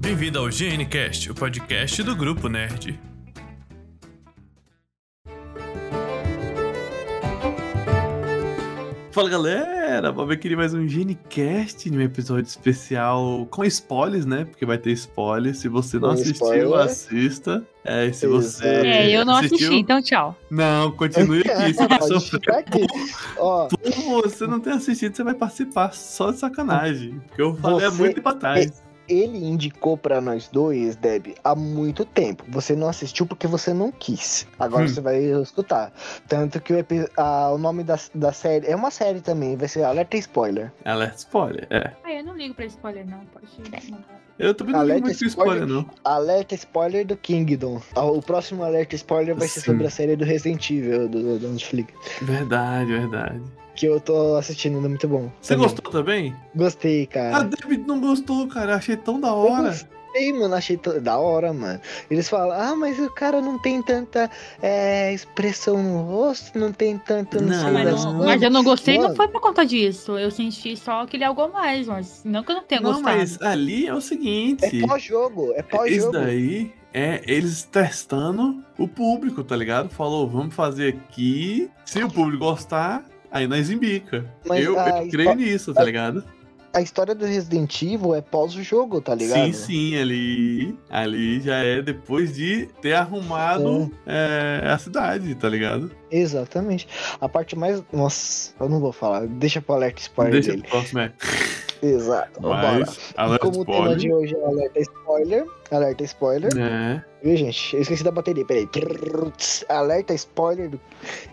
Bem-vindo ao GNCast, o podcast do Grupo Nerd. Fala galera, Bob aqui de mais um GeneCast, um episódio especial com spoilers, né? Porque vai ter spoilers. Se você não Com assistiu, spoiler. assista. É, e se Exato. você. É, eu não assistiu, assisti, então tchau. Não, continue aqui. Se Pode você, ficar aqui. Ó, Pô, você não tem assistido, você vai participar só de sacanagem. Porque eu falei há Você- é muito pra trás. ele indicou pra nós dois, Deb, há muito tempo. Você não assistiu porque você não quis. Agora Hum. você vai escutar. Tanto que o, epi- ah, o nome da, da série. É uma série também, vai ser Alerta Spoiler. Alerta spoiler, é. Ah, eu não ligo pra spoiler, não. Pode mandar. Eu também não ligo Alerta muito pro spoiler. spoiler, não. Alerta Spoiler do Kingdom. Ah, O próximo Alerta Spoiler vai ser Sim. sobre a série do Resident Evil do, do Netflix. Verdade, verdade. Que eu tô assistindo, é muito bom. Você Também. É. gostou também? Gostei, A cara. David não gostou, cara. Achei tão da Eu hora. gostei, mano, achei to- da hora, mano. Eles falam, ah, mas o cara não tem tanta é, expressão no rosto, não tem tanto. Não, sei Mas, das não- quantas." mas eu não gostei, não Mano. foi por conta disso. Eu senti só que ele é algo a mais, mas não que eu não tenha Não, gostado. mas ali é o seguinte. É pós-jogo, é Isso pós-jogo. daí é eles testando o público, tá ligado? Falou, vamos fazer aqui. Se o público gostar, aí nós embica. Mas eu, eu a creio histó- nisso, tá a- ligado? A história do Resident Evil é pós-jogo, tá ligado? Sim, sim, ali. Ali já é depois de ter arrumado é, a cidade, tá ligado? Exatamente. A parte mais. Nossa, eu não vou falar. Deixa pro alerta spoiler Deixa dele. pro próximo é. Exato. Bora. Mas, alerta Como o tema de spoiler. hoje é alerta spoiler. Alerta spoiler. Né? Viu, gente? Eu esqueci da bateria, peraí. Trrr, tss, Alerta spoiler do-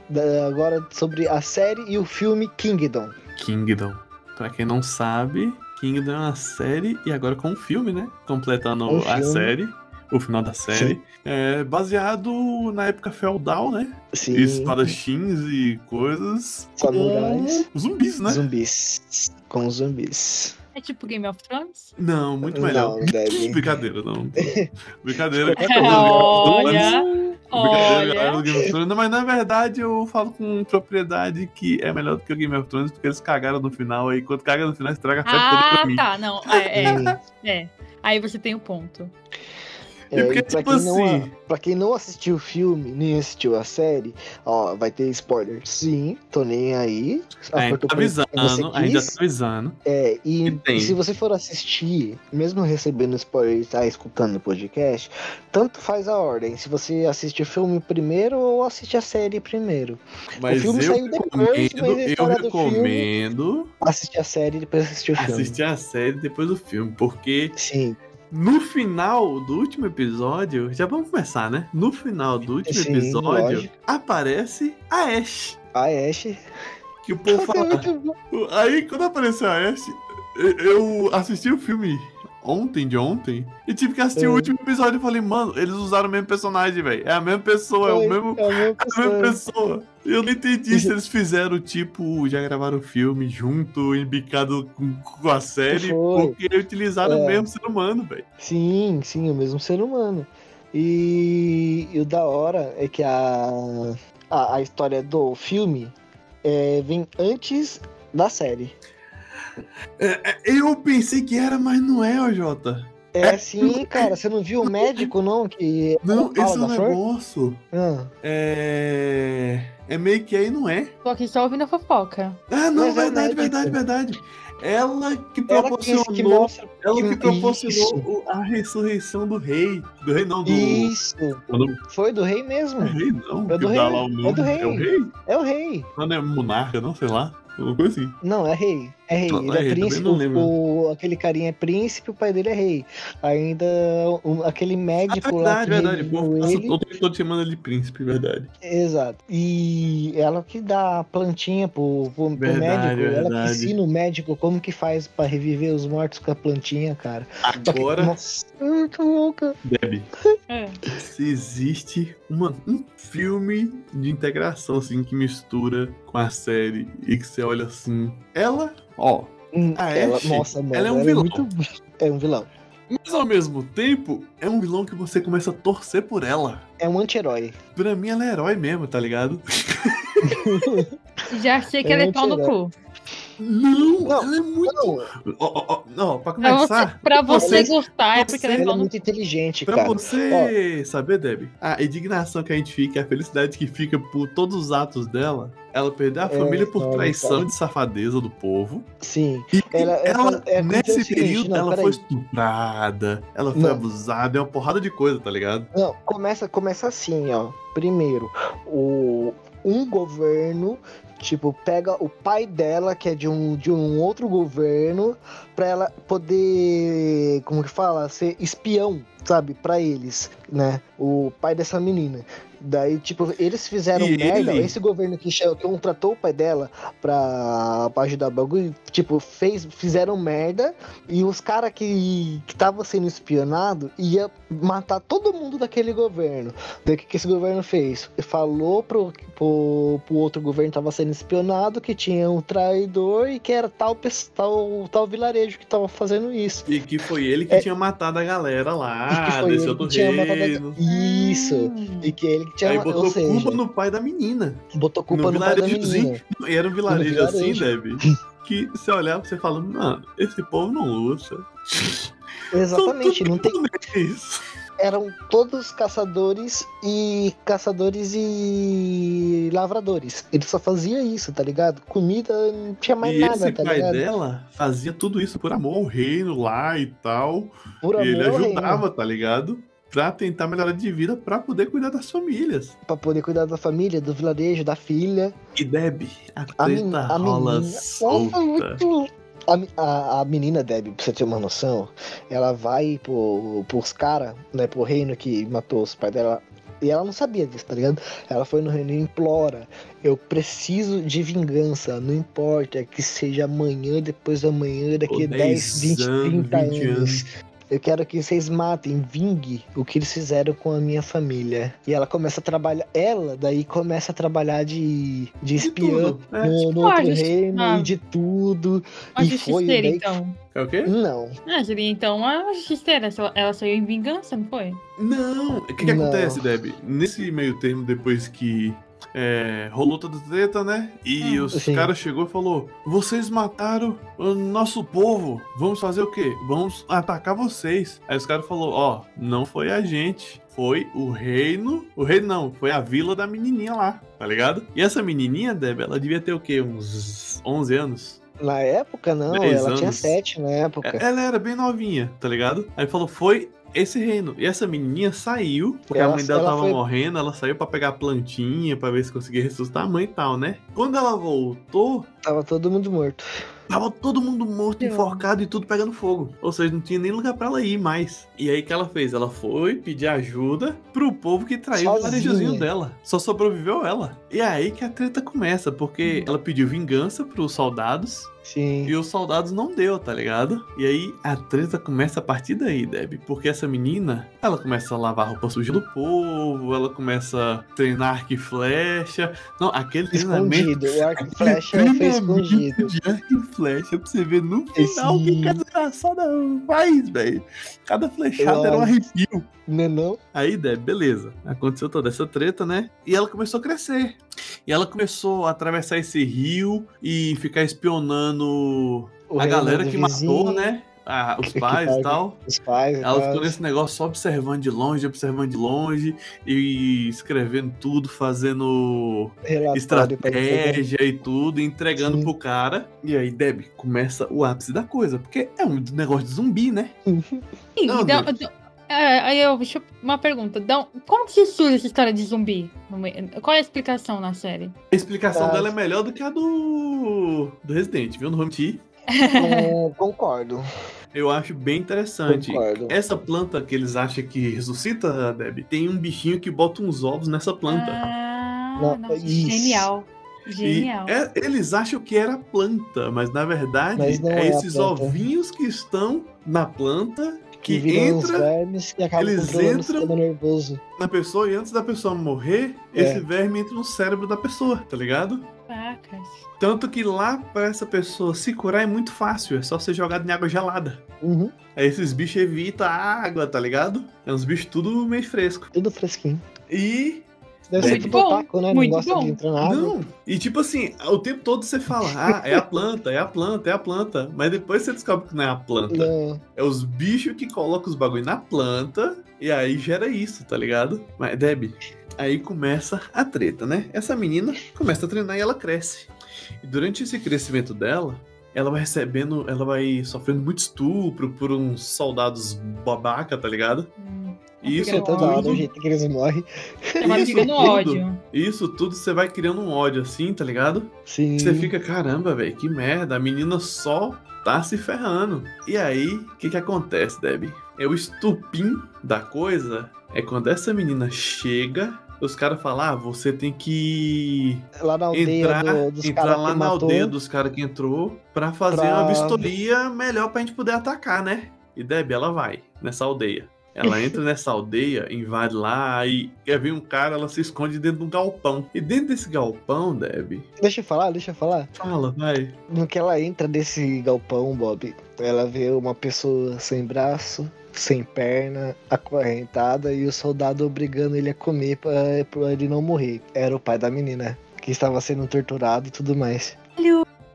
da- agora sobre a série e o filme Kingdom. Kingdom. Pra quem não sabe, Kingdom é uma série e agora com um filme, né? Completando Um a filme. série, o final da série. É baseado na época feudal, né? Sim. Espadachins e coisas. Samurais. Com zumbis, né? Zumbis. Com zumbis. É tipo Game of Thrones? Não, muito melhor. Não, é deve. Brincadeira, não. Brincadeira. olha, Brincadeira, galera do olha. Game of Thrones. Não, mas na verdade eu falo com propriedade que é melhor do que o Game of Thrones, porque eles cagaram no final e quando caga no final estraga a série toda Ah, pra mim. tá, não. É, Hum. é, é. Aí você tem o ponto. É, É porque, e pra, tipo quem não, assim- pra quem não assistiu o filme, nem assistiu a série, ó, vai ter spoiler. Sim, tô nem aí. Ainda Apertou tá play quando você avisando, ainda tá quis. avisando. É, E e, tem. se você for assistir, mesmo recebendo spoiler e tá escutando o podcast, tanto faz a ordem. Se você assiste o filme primeiro ou assiste a série primeiro. Mas filme eu saiu depois, mas a recomendo, eu história do recomendo Assiste a série e depois assistir o filme. assistir a série depois do filme, porque Sim, no final do último episódio, já vamos começar, né? No final do último Sim, episódio, lógico. aparece a Ash, a Ash. que o povo É fala. muito bom. Aí quando apareceu a Ash, eu- eu assisti o filme ontem de ontem e tive que assistir o É. último episódio e falei, mano, eles usaram o mesmo personagem, velho. É a mesma pessoa, é o Foi, mesmo é a mesma a mesma pessoa. pessoa. Eu não entendi se eles fizeram, tipo, já gravaram o filme junto, embicado com, com a série, Foi. porque utilizaram o É. mesmo ser humano, velho. Sim, sim, é o mesmo ser humano. E, e o da hora é que a, a, a história do filme é, vem antes da série. Eu pensei que era, mas não é, ô Jota. É sim, cara, você não viu o médico não? Que Não, fala esse é um da flor? negócio. Ah, É. É meio que aí, não é? Tô aqui só ouvindo a fofoca. Ah, não, Mas é verdade, verdade, médico. verdade. Ela que ela que, que proporcionou. mostra Ela que Isso. proporcionou o- a ressurreição do rei. Do rei não, do. isso. Eu não- Foi do rei mesmo. do rei não. É do que rei, dá lá o é nome. do rei. É o rei? É o rei. Não é monarca, não, sei lá. Alguma coisa assim. Não, é rei. É rei. Não, Ele não é é, rei, também príncipe. não lembro. o- aquele carinha é príncipe, o pai dele é rei. Ainda um- aquele médico lá. verdade, que Ah, verdade. reviu Pô, nossa, ele. eu tô, tô te chamando ele de príncipe, verdade. Exato. E ela que dá a plantinha pro, pro, pro Verdade, médico. Ela verdade. que ensina o médico como que faz pra reviver os mortos com a plantinha, cara. Só que- Agora, Nossa, é muito louca. Deb, É. se existe uma- um filme de integração, assim, que mistura com a série e que você olha assim. Ela, ó, Hum, A ela, Ash, nossa, mano. Ah, ela é um vilão. muito- é um vilão. mas ao mesmo tempo, é um vilão que você começa a torcer por ela. É um anti-herói. Pra mim, ela é herói mesmo, tá ligado? Já sei que Eu ela é não pau no tirei. cu. Não, Não, ela é muito. Não, Ó, ó, ó, não, pra Pra você, começar, pra você você- gostar, é porque você- ela é ela é só no muito inteligente, pra cara. você saber, Debbie, a indignação que a gente fica, a felicidade que fica por todos os atos dela, ela perdeu a É, família por olha traição só. de safadeza do povo. Sim. E Ela- ela, ela- é, aconteceu o nesse seguinte, período, não, ela peraí. foi estuprada, ela foi Não. abusada, é uma porrada de coisa, tá ligado? Não, começa, começa assim, ó. Primeiro, o, um governo, tipo, pega o pai dela, que é de um, de um outro governo, pra ela poder, como que fala, ser espião, sabe, pra eles, né? O pai dessa menina. Daí, tipo, eles fizeram E merda. ele? Esse governo que che- que contratou o pai dela pra, pra ajudar o bagulho, tipo, fez, fizeram merda. E os caras que estavam sendo espionado ia matar todo mundo daquele governo. Daí o que, que esse governo fez? Falou pro, pro, pro outro governo que tava sendo espionado que tinha um traidor e que era tal, pes- tal, tal vilarejo que tava fazendo isso. E que foi ele que É. tinha matado a galera E que lá, foi Ah, desse ele outro que tinha matado a- reino. Isso! Hum. E que ele que tinha Aí ma- botou ou seja, culpa no pai da menina. botou culpa no no, pai da vilarejozinho. menina. E era um vilarejo, assim, vilarejo. Debbie, que você olhava e você fala, mano, esse povo não luta. Exatamente, não tem Isso. eram todos caçadores e caçadores e lavradores. Ele só fazia isso, tá ligado? Comida não tinha mais e nada, esse tá pai ligado? dela fazia tudo isso por amor ao reino lá e tal. Por amor e ele ao ajudava, reino, tá ligado? Pra tentar melhorar de vida, pra poder cuidar das famílias. pra poder cuidar da família, do vilarejo, da filha. E Debbie, a A, men treta a rola menina. Nossa, solta. muito- A, me- a, a menina Debbie, pra você ter uma noção, ela vai pro, pros caras, né, pro reino que matou os pais dela. E ela não sabia disso, tá ligado? Ela foi no reino e implora. Eu preciso de vingança, não importa que seja amanhã, depois da manhã, daqui a 10, 20, 30 anos. Eu quero que vocês matem, vingue o que eles fizeram com a minha família. E ela começa a trabalhar, ela daí começa a trabalhar de, de De espiã tudo, né? no, no uma outro justi- reino ah. e de tudo. Uma E foi o justiceira, Nate. então. É o quê? Não, Ah, seria então uma justiceira. Ela- Ela saiu em vingança, não foi? Não! O que, que Não. acontece, Deb? Nesse meio termo, depois que é, rolou toda a treta, né? E Hum, os sim. caras chegou e falou: Vocês mataram o nosso povo. Vamos fazer o quê? Vamos atacar vocês. Aí os caras falou: Ó, não foi a gente. Foi o reino. O reino não, foi a vila da menininha lá, tá ligado? E essa menininha, Deb, ela devia ter o quê? Uns 11 anos? na época não, Dez ela tinha anos. sete na época. É, Ela era bem novinha, tá ligado? Aí falou, foi esse reino. E essa menininha saiu, porque Ela- a mãe dela ela tava foi- morrendo, ela saiu pra pegar a plantinha, pra ver se conseguia ressuscitar a mãe e tal, né? Quando ela voltou, Tava todo mundo morto. tava todo mundo morto, Meu. enforcado e tudo pegando fogo. Ou seja, não tinha nem lugar pra ela ir mais. E aí o que ela fez? Ela foi pedir ajuda pro povo que traiu o Sozinha. vilarejozinho dela. Só sobreviveu ela. E é aí que a treta começa, Uhum. porque ela pediu vingança pros soldados. Sim. E os soldados não deu, tá ligado? E aí a treta começa a partir daí, Deb. Porque essa menina, ela começa a lavar roupa suja do povo, ela começa a treinar arco e flecha. Não, aquele treinamento. Escondido. O arco e flecha foi escondido. De arco e flecha, pra você ver no Esse- final o que é cada desgraçada faz, velho. Cada flechada era um Nossa. arrepio. Não, Né, não. Aí, Deb, beleza. Aconteceu toda essa treta, né? E ela começou a crescer. E ela começou a atravessar esse rio e ficar espionando O a reino galera do que vizinho, matou, né? a- os Que- que pais e faz- tal. Os pais. e Ela tal. ficou nesse negócio só observando de longe, observando de longe e escrevendo tudo, fazendo Relatório pra entregar. estratégia e tudo, e entregando Sim. pro cara. E aí, Deb, começa o ápice da coisa, porque é um negócio de zumbi, né? Sim, Não, então, Debbie. então- é, aí eu, deixa eu- uma pergunta. Então, como que surge essa história de zumbi? No meio- Qual é a explicação na série? A explicação Ah. dela é melhor do que a do, do Resident, viu? No Home Tea. É, Concordo, Eu acho bem interessante. concordo. Essa planta que eles acham que ressuscita, Deb, tem um bichinho que bota uns ovos nessa planta. Ah, Não, nossa, isso. genial. E Genial. é- eles acham que era a planta, mas na verdade Mas não é, é a esses planta. ovinhos que estão na planta que, viram uns entra vermes que acabam eles controlando o entram- sistema nervoso. na pessoa e antes da pessoa morrer, É. esse verme entra no cérebro da pessoa, tá ligado? Facas. Tanto que lá pra essa pessoa se curar é muito fácil, é só ser jogado em água gelada. Uhum, Aí esses bichos evitam a água, tá ligado? É uns bichos tudo meio fresco. tudo fresquinho. E Deve ser Muito tipo bom, otaku, né? Não muito gosta bom. de entrar na água. Não, e tipo assim, o tempo todo você fala, ah, é a planta, é a planta, é a planta. Mas depois você descobre que não é a planta. Não. É os bichos que colocam os bagulho na planta e aí gera isso, tá ligado? Mas, Deb, aí começa a treta, né? Essa menina começa a treinar e ela cresce. E durante esse crescimento dela, ela vai recebendo, ela vai sofrendo muito estupro por uns soldados babaca, tá ligado? Hum, E isso é Não, Toda hora, tudo- o jeito que eles morrem. Ela vai Isso pegando tudo. ódio. Isso tudo você vai criando um ódio assim, tá ligado? Sim. Você fica, caramba, velho, que merda, a menina só tá se ferrando. E aí, o que que acontece, Debbie? É o estupim da coisa, é quando essa menina chega, os caras falam, ah, você tem que Lá na aldeia entrar, do- dos entrar caras lá que na aldeia matou. dos caras que entrou pra fazer Pra- uma vistoria melhor pra gente poder atacar, né? E Debbie, ela vai nessa aldeia. Ela entra nessa aldeia, invade lá, aí vem um cara, ela se esconde dentro de um galpão. E dentro desse galpão, Debbie, Deixa eu falar, deixa eu falar. fala, vai. No que ela entra desse galpão, Bob, ela vê uma pessoa sem braço, sem perna, acorrentada e o soldado obrigando ele a comer pra, pra ele não morrer. Era o pai da menina, que estava sendo torturado e tudo mais.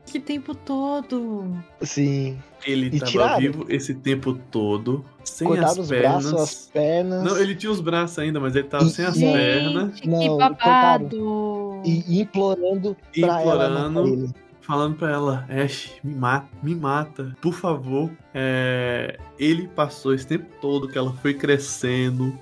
Esse tempo todo. Sim, Ele E tava tiraram. vivo esse tempo todo, sem cortaram as os pernas. braços, as pernas. Não, ele tinha os braços ainda, mas ele tava sem as Gente. pernas, que Não, babado. E implorando pra ela matar Implorando. ele. falando pra ela, Ash, me mata, me mata, por favor. É, Ele passou esse tempo todo que ela foi crescendo,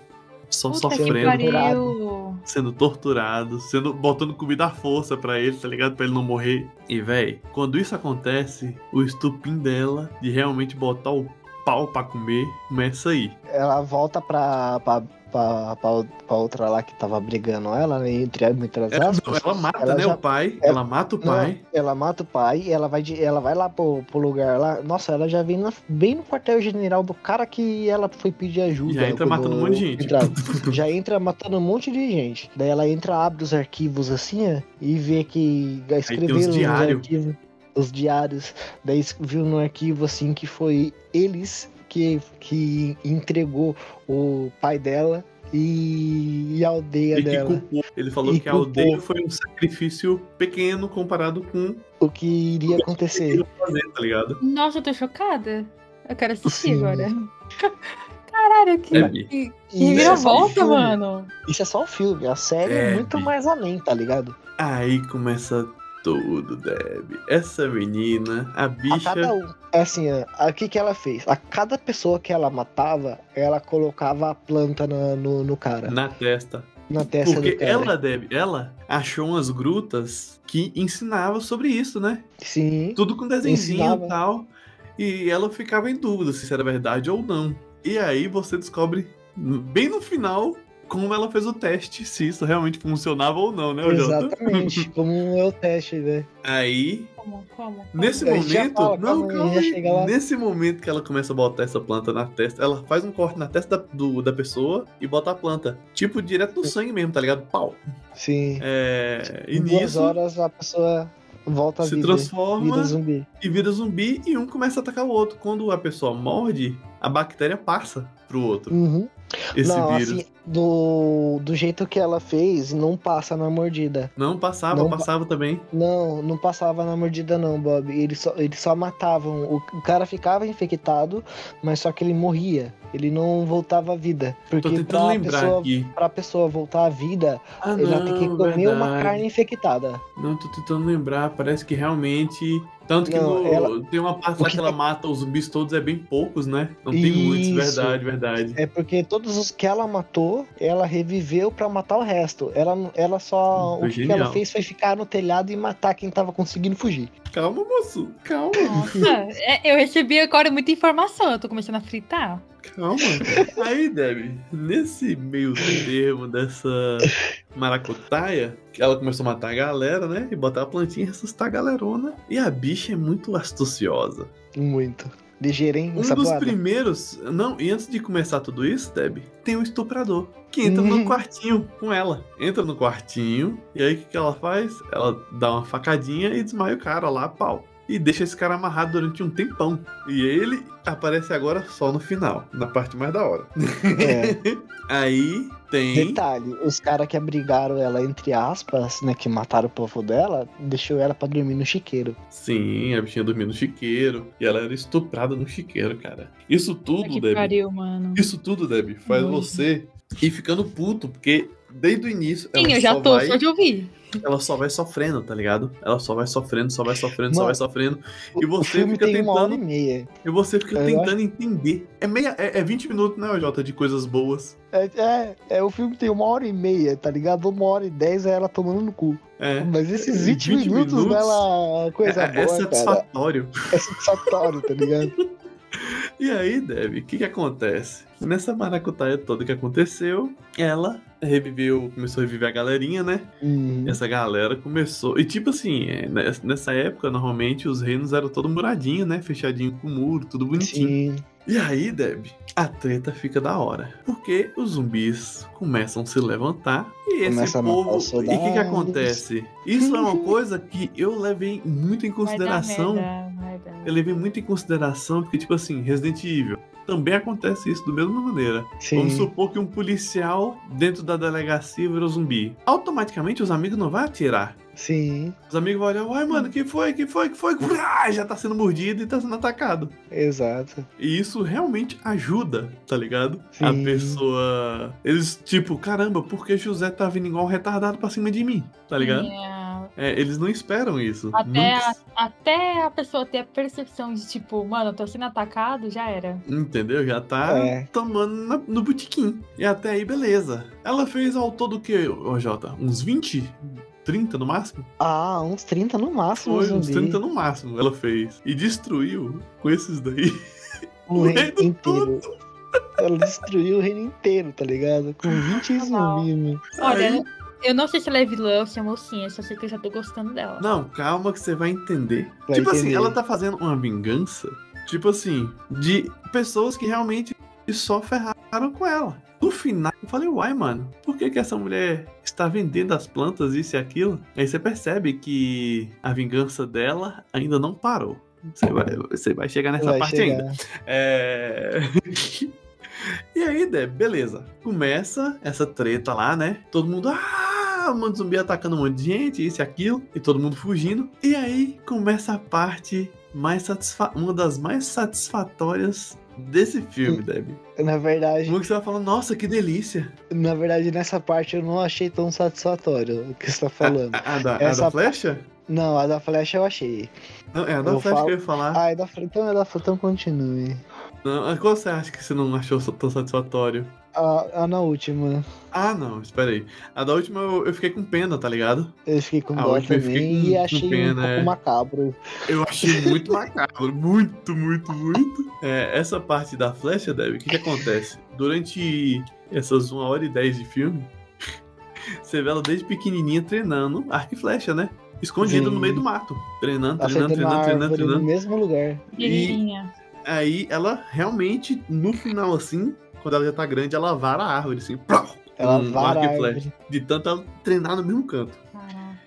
só Puta que sofrendo, pariu. sendo torturado, sendo botando comida à força pra ele, tá ligado? Pra ele não morrer. E véi, quando isso acontece, o estupim dela de realmente botar o pau pra comer começa aí. Ela volta pra, pra, pra, pra, pra outra lá que tava brigando ela, né? Entre, entre as Ela, aspas. ela mata, Ela né, já- o pai. ela- Ela mata o Não, pai. ela mata o pai, ela vai, de- ela vai lá pro, pro lugar lá. Nossa, ela já vem na- bem no quartel-general do cara que ela foi pedir ajuda. Já entra quando- matando um monte de gente. entra- já entra matando um monte de gente. Daí ela entra, abre os arquivos assim, ó, e vê que escreveram nos diário. arquivos, os diários. Daí es- viu no arquivo assim que foi eles que, que entregou o pai dela e, e a aldeia E que dela. culpou. Ele falou E que a culpou. aldeia foi um sacrifício pequeno comparado com o O que iria que acontecer. ele fazer, tá ligado? Nossa, eu tô chocada. Eu quero assistir Sim. agora. Caralho, que, É. que, que E isso é só um reviravolta, filme. mano. Isso é só um filme, a série É, é muito bicho. mais além, tá ligado? Aí começa tudo, Deb. Essa menina, a A bicha. cada um. é Assim, ó, a- o que, que ela fez? A cada pessoa que ela matava, ela colocava a planta na- no, no cara, na, Na testa. testa Porque do cara. ela, Deb, ela achou umas grutas que ensinava sobre isso, né? Sim, Tudo com desenho Ensinava. e tal. E ela ficava em dúvida se isso era verdade ou não. E aí você descobre, bem no final, como ela fez o teste, se isso realmente funcionava ou não, né, Jota? exatamente. Como é o teste, né? Aí, Como, como? como? nesse A gente já momento. fala, não, calma aí, calma já aí. chega lá. Nesse momento que ela começa a botar essa planta na testa, ela faz um corte na testa da, do- da pessoa e bota a planta. Tipo, direto É. no sangue mesmo, tá ligado? Pau. Sim. É, e Em duas nisso horas a pessoa volta a se viver. transforma Vira zumbi. e vira zumbi e um começa a atacar o outro. Quando a pessoa morde, a bactéria passa pro outro. Uhum. Esse não, vírus. assim, do, do jeito que ela fez, não passa na mordida. Não passava, Não pa- passava também. Não, não passava na mordida não, Bob. Eles só, eles só matavam. O, o cara ficava infectado, mas só que ele morria. Ele não voltava à vida. Tô Porque tentando pra lembrar pessoa, aqui. pra pessoa voltar à vida, Ah, ela tem que comer uma verdade. carne infectada. Não, tô tentando lembrar. Parece que realmente. Tanto que Não, no- ela- tem uma parte O lá que- que ela mata os zumbis todos, é bem poucos, né? Não tem muitos, Isso. verdade, verdade. É porque todos os que ela matou, ela reviveu pra matar o resto. Ela, ela só. Hum, Foi o que genial. ela fez foi ficar no telhado e matar quem tava conseguindo fugir. Calma, moço. Calma, Nossa, é, eu recebi agora muita informação. Eu tô começando a fritar. calma. Aí, Debbie, nesse meio termo dessa maracutaia, que ela começou a matar a galera, né? E botar a plantinha e ressuscitar a galerona. E a bicha é muito astuciosa. Muito. Ligeira, hein? Um dos Ensaboada. primeiros. Não, e antes de começar tudo isso, Deb, tem um estuprador que entra no Uhum. quartinho com ela. Entra no quartinho, e aí o que, que ela faz? Ela dá uma facadinha e desmaia o cara lá, pau. e deixa esse cara amarrado durante um tempão. E ele aparece agora só no final, na parte mais da hora. É. Aí tem. Detalhe, os caras que abrigaram ela, entre aspas, né? Que mataram o povo dela, deixou ela pra dormir no chiqueiro. Sim, a bichinha dormia no chiqueiro. E ela era estuprada no chiqueiro, cara. Isso Puta tudo, que Debbie. pariu, mano. Isso tudo, Debbie, faz Nojo. você ir ficando puto, porque desde o início Sim, ela, eu já só tô, vai, só de ouvir. ela só vai sofrendo, tá ligado? Ela só vai sofrendo, só vai sofrendo, só Mano, vai sofrendo. O- E o você filme fica tem uma hora e tentando- meia. E você fica é, Eu tentando entender. É, meia, é, é 20 minutos, né, OJ, de coisas boas. É, é, é, o filme tem uma hora e meia, tá ligado? Uma hora e dez é ela tomando no cu. É. Mas esses 20, 20 minutos, minutos? dela coisa é, boa, é cara. satisfatório. É satisfatório, tá ligado? E aí, Debbie, o que que acontece? Nessa maracutaia toda que aconteceu, ela reviveu, começou a reviver a galerinha, né? Hum, Essa galera começou. E tipo assim, é, nes- nessa época, normalmente, os reinos eram todo muradinho, né? Fechadinho com muro, tudo bonitinho. sim. E aí, Deb, a treta fica da hora. Porque os zumbis começam a se levantar e esse Começa a matar povo. os E o que, que soldados. acontece? Isso é uma coisa que eu levei muito em consideração. Vai dar merda, vai Eu dar. levei muito em consideração, porque, tipo assim, Resident Evil. Também acontece isso da mesma maneira. sim. Vamos supor que um policial dentro da delegacia virou zumbi. Automaticamente os amigos não vão atirar. Sim, Os amigos vão olhar, uai, mano, que foi? Que foi? Que foi? Ah, já tá sendo mordido e tá sendo atacado. exato. E isso realmente ajuda, tá ligado? A Sim. pessoa. Eles, tipo, caramba, por que José tá vindo igual um retardado pra cima de mim? Tá ligado? É, É, eles não esperam isso. Até Nunca- Até a pessoa ter a percepção de tipo, mano, eu tô sendo atacado, já era. Entendeu? Já tá É. tomando na- no botequim. E até aí, beleza. Ela fez ao todo o quê, ô Jota? Uns 20? 30 no máximo? Ah, uns 30 no máximo. Foi, uns zumbi. 30 no máximo ela fez. E destruiu com esses daí. O reino reino inteiro. Ela destruiu o reino inteiro, tá ligado? Com 20 zumbis, meu. Olha, Aí- eu não sei se ela é vilã ou se é mocinha, só sei que eu já tô gostando dela. Não, calma que você vai entender. Vai tipo assim, entender. ela tá fazendo uma vingança, tipo assim, de pessoas que realmente só ferraram com ela. No final, eu falei, uai, mano, por que, que essa mulher está vendendo as plantas, isso e aquilo? Aí você percebe que a vingança dela ainda não parou. Você vai, você vai chegar nessa Vai parte chegar. ainda. É. e aí, Deb, beleza. Começa essa treta lá, né? Todo mundo. Ah, um monte de zumbi atacando um monte de gente, isso e aquilo. E todo mundo fugindo. E aí começa a parte mais satisfa uma das mais satisfatórias desse filme, Deb. Na verdade, Uma que você vai falar, nossa, que delícia. na verdade, nessa parte eu não achei tão satisfatório o que você tá falando. A, a da, a Essa da flecha? Não, a da flecha eu achei. Não, é a da Eu flecha falo- que eu ia falar. Ah, é da flecha. Então é da flecha, então continue. Não, a- qual você acha que você não achou tão satisfatório? A, a na última. Ah, não, espera aí. A da última eu- eu fiquei com pena, tá ligado? Eu fiquei com A dó última eu fiquei também com- e com achei pena, um pouco é. macabro. Eu achei muito macabro. Muito, muito, muito. É, essa parte da flecha, Deb, o que, que acontece? Durante essas 1 hora e 10 de filme, você vê ela desde pequenininha treinando arco e flecha, né? Escondida Sim. no meio do mato. Treinando, treinando, Acendendo treinando, uma treinando, árvore no treinando. mesmo lugar. E Guerreirinha. aí ela realmente, no final assim, quando ela já tá grande, ela vara a árvore, assim. plau, Ela com vara a arco e flecha. árvore. De tanto ela treinar no mesmo canto. Caraca.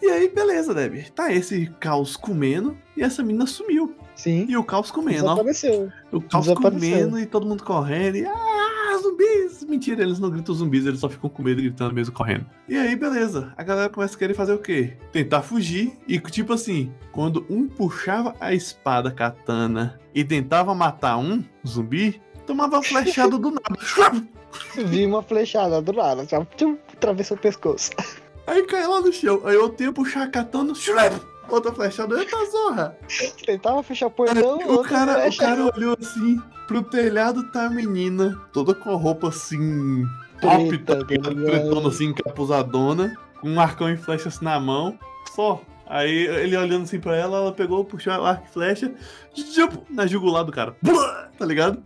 E aí, beleza, Deb. Tá esse caos comendo e essa menina sumiu. Sim. E o caos comendo, ó. Desapareceu. O caos Desapareceu. comendo e todo mundo correndo. E, ah, zumbis! Mentira, eles não gritam zumbis, eles só ficam com medo gritando mesmo correndo. E aí, beleza. A galera começa a querer fazer o quê? Tentar fugir. E tipo assim, quando um puxava a espada katana e tentava matar um zumbi, tomava uma flechada do nada. Vi uma flechada do nada, já tchum, atravessou o pescoço. Aí cai lá no chão. Aí eu tenho puxar a katana, outra flechada, eita zorra! Tentava fechar o portão, O outra cara, o flecha. cara olhou assim, pro telhado tá a menina, toda com a roupa assim, top, Preta, tá ligado? tá ligado? Pretona assim, encapuzadona, com um arcão e flecha assim na mão, só. Aí ele olhando assim pra ela, ela pegou, puxou o arco e flecha, tchup, na jugular do cara, Bua! tá ligado?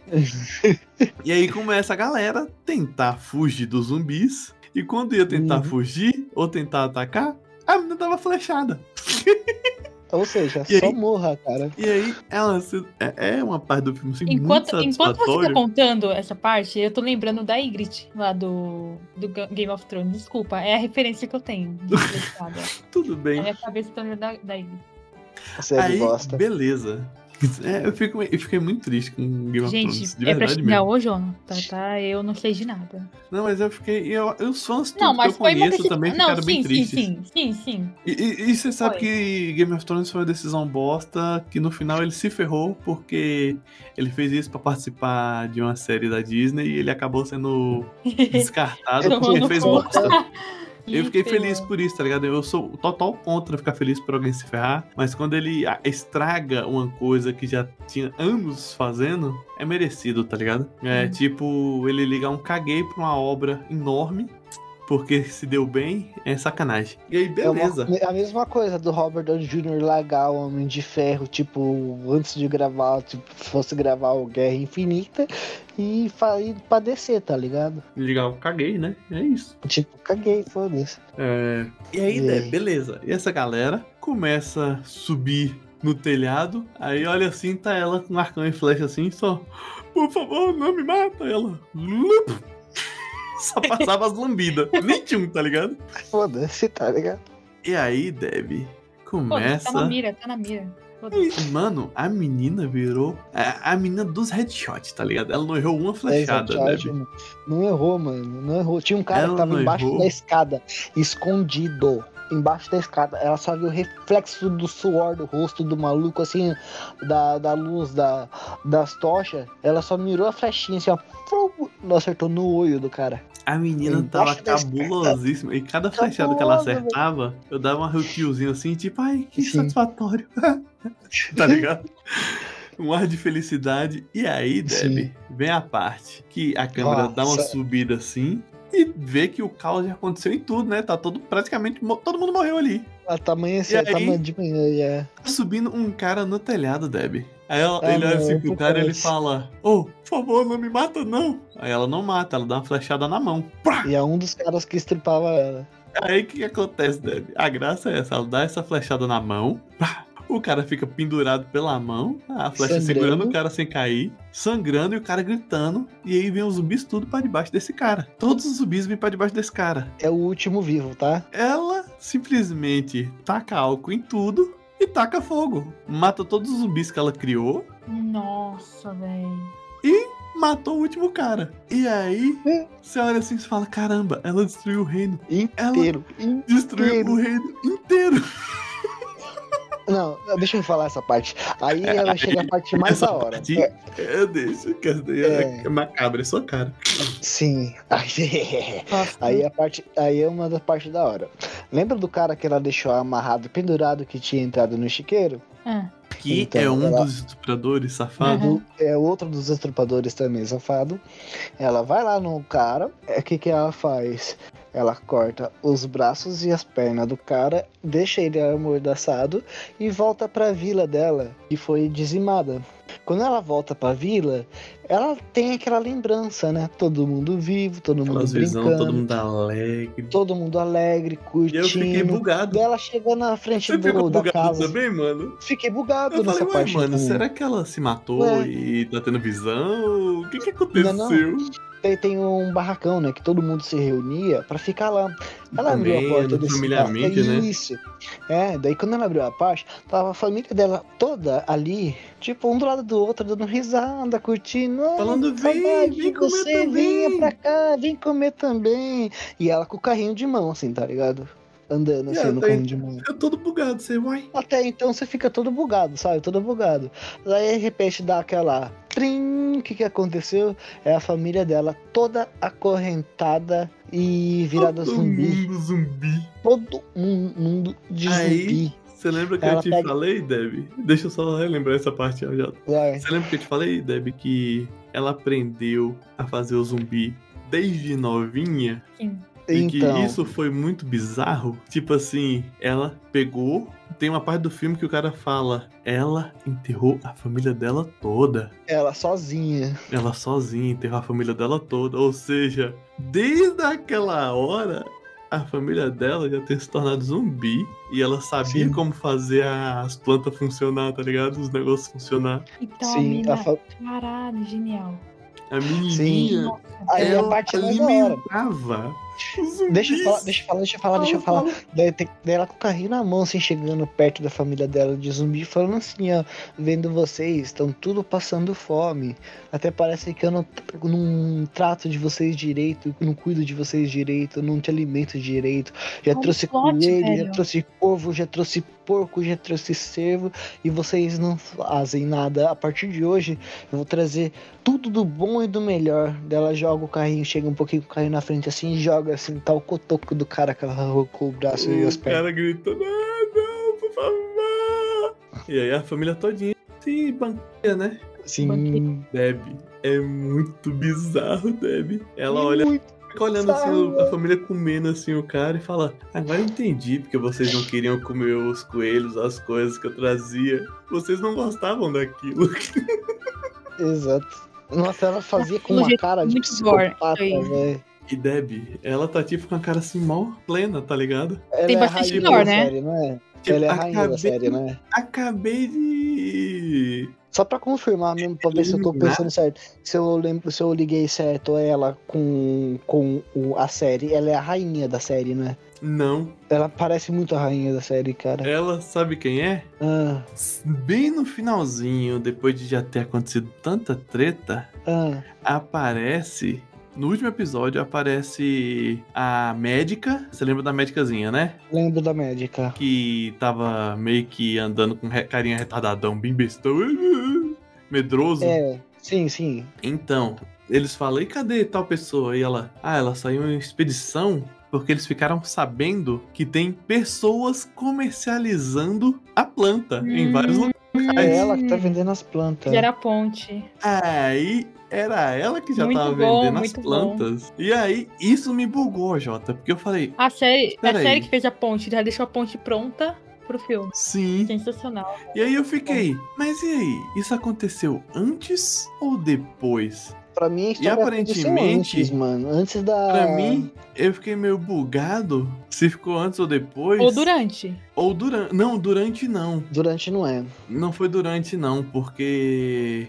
e aí começa a galera tentar fugir dos zumbis, e quando ia tentar Uhum. fugir, ou tentar atacar, a menina tava flechada. Ou seja, E só aí? morra, cara. E aí, ela se- é é uma parte do filme assim, Enquanto, muito enquanto você tá satisfatório. contando essa parte, eu tô lembrando da Ygritte lá do, do Ga- Game of Thrones. Desculpa, é a referência que eu tenho. de flechada. Tudo Na bem. minha cabeça tá lembrando da, da Ygritte. Você é de Aí, bosta. beleza. É, eu, fico, eu fiquei muito triste com Game of Thrones, Gente, de é pra verdade xingar mesmo. hoje, ó. Tá, tá, eu não sei de nada. Não, mas eu fiquei. Eu, eu os fãs tudo Não, que eu mas foi uma conheço decisão. também não, ficaram sim, bem sim, tristes. sim, sim, sim. E- E, e você sabe Foi. que Game of Thrones foi uma decisão bosta, que no final ele se ferrou porque ele fez isso pra participar de uma série da Disney e ele acabou sendo descartado Tomou porque no ele fez cu. bosta. Eu fiquei Literal. feliz por isso, tá ligado? Eu sou total contra ficar feliz por alguém se ferrar, mas quando ele ah, estraga uma coisa que já tinha anos fazendo, é merecido, tá ligado? É Hum. tipo ele ligar um caguei pra uma obra enorme. Porque se deu bem, é sacanagem. E aí, É uma- beleza. a mesma coisa do Robert Downey Jr. largar o Homem de Ferro, tipo, antes de gravar, tipo, fosse gravar o Guerra Infinita e, fa- e padecer, tá ligado? ligar, eu caguei, né? É isso. Tipo, caguei, foda-se. E aí, É, E né? aí? Beleza. E essa galera começa a subir no telhado. Aí olha assim, tá ela com arcão e flecha assim, só. Por favor, não me mata. Ela. "Lup". Só passava as lambidas. Nem tinha um, tá ligado? Foda-se, tá ligado? E aí, Deb, Pô, tá na começa. mira, tá na mira. Foda-se. E, Mano, a menina virou a, a menina dos headshots, tá ligado? Ela não errou uma flechada, Exato, Deb. ótimo. Não errou, mano. Não errou. Tinha um cara Ela que tava não embaixo errou? da escada, escondido. Embaixo da escada. Ela só viu o reflexo do suor do rosto do maluco, assim, da, da luz da, das tochas. Ela só mirou a flechinha, assim, ó. Fum, não acertou no olho do cara. A menina tava Embaixo da escada. cabulosíssima. E cada flechada que ela Cabulosa, velho. acertava, eu dava um arrepiozinho assim, tipo, ai, que Sim. satisfatório. tá ligado? Um ar de felicidade. E aí, Deb, Sim. vem a parte que a câmera dá uma Nossa. subida assim e vê que o caos já aconteceu em tudo, né? Tá todo, praticamente, mo- todo mundo morreu ali. A tamanha E aí? tamanho tá de manhã, e é. Tá subindo um cara no telhado, Deb. Aí ela- Ah, ele olha não, assim eu pro tô cara e ele triste. fala, ô, por favor, não me mata não. Aí ela não mata, ela dá uma flechada na mão. Pá! E é um dos caras que estripava ela. Aí o que, que acontece, Deb? A graça é essa, ela dá essa flechada na mão, pá, o cara fica pendurado pela mão, tá? a flecha Sangrando. segurando o cara sem cair, sangrando e o cara gritando, e aí vem os zumbis tudo pra debaixo desse cara. Todos os zumbis vêm pra debaixo desse cara. É o último vivo, tá? Ela simplesmente taca álcool em tudo e taca fogo. Mata todos os zumbis que ela criou, Nossa, velho. matou o último cara. E aí, É. você olha assim e você fala, caramba, ela destruiu o reino. Inteiro. In- Destruiu Inteiro. o reino inteiro. Não, deixa eu falar essa parte. Aí ela chega a parte mais Essa da hora. parte- É, Eu deixo, que essa daí é, é macabra, é sua cara. Sim. Aí, Nossa. aí a parte, aí é uma das partes da hora. Lembra do cara que ela deixou amarrado, pendurado, que tinha entrado no chiqueiro? Ah, Que Então, é um ela- dos estupradores safado. Uhum. Do- é outro dos estrupadores também, safado. Ela vai lá no cara, é o que que ela faz? Ela corta os braços e as pernas do cara, deixa ele amordaçado e volta pra vila dela, que foi dizimada. Quando ela volta pra vila, ela tem aquela lembrança, né? Todo mundo vivo, Uhum. todo mundo Aquelas visão, brincando, todo mundo alegre. todo mundo alegre, E eu fiquei curtindo. bugado. Ela chegando na frente Você do, ficou da bugado casa. também, mano? Fiquei bugado Eu nessa falei, ué, parte. tipo, mano, também. será que ela se matou Ué. e tá tendo visão? O que que aconteceu? Não, Daí tem um barracão, né? Que todo mundo se reunia pra ficar lá. Ela Também, abriu a porta no desse familiarmente, barracão, né? Isso. É, daí quando ela abriu a parte, tava a família dela toda ali, tipo, um do lado do outro, dando risada, curtindo. "Ai, Falando, "Vem, vem saudade de comer você, também." Venha pra cá, vem comer também. E ela com o carrinho de mão, assim, tá ligado? Andando E assim ela no tá carrinho de mão. Eu todo bugado, você, uai. Até então você fica todo bugado, sabe? Todo bugado. Daí de repente dá aquela. Trim, o que, que aconteceu? É a família dela toda acorrentada e virada todo zumbi. mundo zumbi. Todo um mundo de Aí- zumbi. Você lembra que eu Ela te pega- falei, Deb? Deixa eu só relembrar essa parte, ó, já. Vai. Você lembra que eu te falei, Deb, que ela aprendeu a fazer o zumbi desde novinha? sim. E que é Então, isso foi muito bizarro. Tipo assim, ela pegou. Tem uma parte do filme que o cara fala: ela enterrou a família dela toda. ela sozinha. Ela sozinha enterrou a família dela toda. Ou seja, desde aquela hora, a família dela já tem se tornado zumbi. E ela sabia Sim. como fazer as plantas funcionar, tá ligado? Os negócios funcionar. Então a Sim, mina. a fa- Caralho, genial. A menininha. Nossa. Aí a ela parte mais da hora. alimentava Deixa eu falar, deixa eu falar, deixa eu falar, deixa eu falar. Daí, tem- daí ela com o carrinho na mão, assim, chegando perto da família dela de zumbi, falando assim, ó, vendo vocês, estão tudo passando fome. Até parece que eu não, não trato de vocês direito, não cuido de vocês direito, não te alimento direito. Já É um trouxe plot, coelho, velho. já trouxe corvo, já trouxe porco, já trouxe cervo, e vocês não fazem nada. A partir de hoje, eu vou trazer tudo do bom e do melhor. Dela joga o carrinho, chega um pouquinho com o carrinho na frente assim, e joga assim, tá o cotoco do cara que ela arrancou o braço e Hum, as O pernas. cara gritando, ah, não, por favor. E aí a família todinha se banqueia, né? Assim, Deb, é muito bizarro, Deb. Ela e olha, muito fica olhando assim, a família comendo assim o cara e fala: Agora eu entendi porque vocês não queriam comer os coelhos, as coisas que eu trazia. Vocês não gostavam daquilo. Exato. Nossa, ela fazia com Um uma jeito cara de muito gore, psicopata, isso aí. velho. E Deb, ela tá tipo com a cara assim, mó plena, tá ligado? Ela Tem é a bastante rainha da gore, né? série, né? Tipo, Ela é a rainha da acabei, série, né? acabei de. Só pra confirmar mesmo, pra ver se eu tô né? pensando certo. Se eu lembro, se eu liguei certo ela com, com o- a série, ela é a rainha da série, né? Não. Ela parece muito a rainha da série, cara. Ela sabe quem é? Ah, Bem no finalzinho, depois de já ter acontecido tanta treta, ah, aparece. No último episódio aparece a médica. Você lembra da médicazinha, né? lembro da médica. Que tava meio que andando com re- carinha retardadão, bem bestão, medroso. É, sim, sim. Então, eles falam: e cadê tal pessoa? E ela: ah, ela saiu em expedição. Porque eles ficaram sabendo que tem pessoas comercializando a planta em vários Hum. lugares. É Mas- ela que tá vendendo as plantas. Gera ponte. Aí era ela que já Muito tava bom, vendendo as muito bom. plantas. E aí, isso me bugou, Jota, porque eu falei, A série, a Pera aí. série que fez a ponte, já deixou a ponte pronta pro filme. sim. Sensacional. E aí eu fiquei, mas e aí? Isso aconteceu antes ou depois? Pra mim, a história é aconteceu aparentemente, antes, mano. Antes da. Pra Ah. mim, eu fiquei meio bugado se ficou antes ou depois. Ou durante. Ou durante. Não, durante não. Durante não é. Não foi durante, não, porque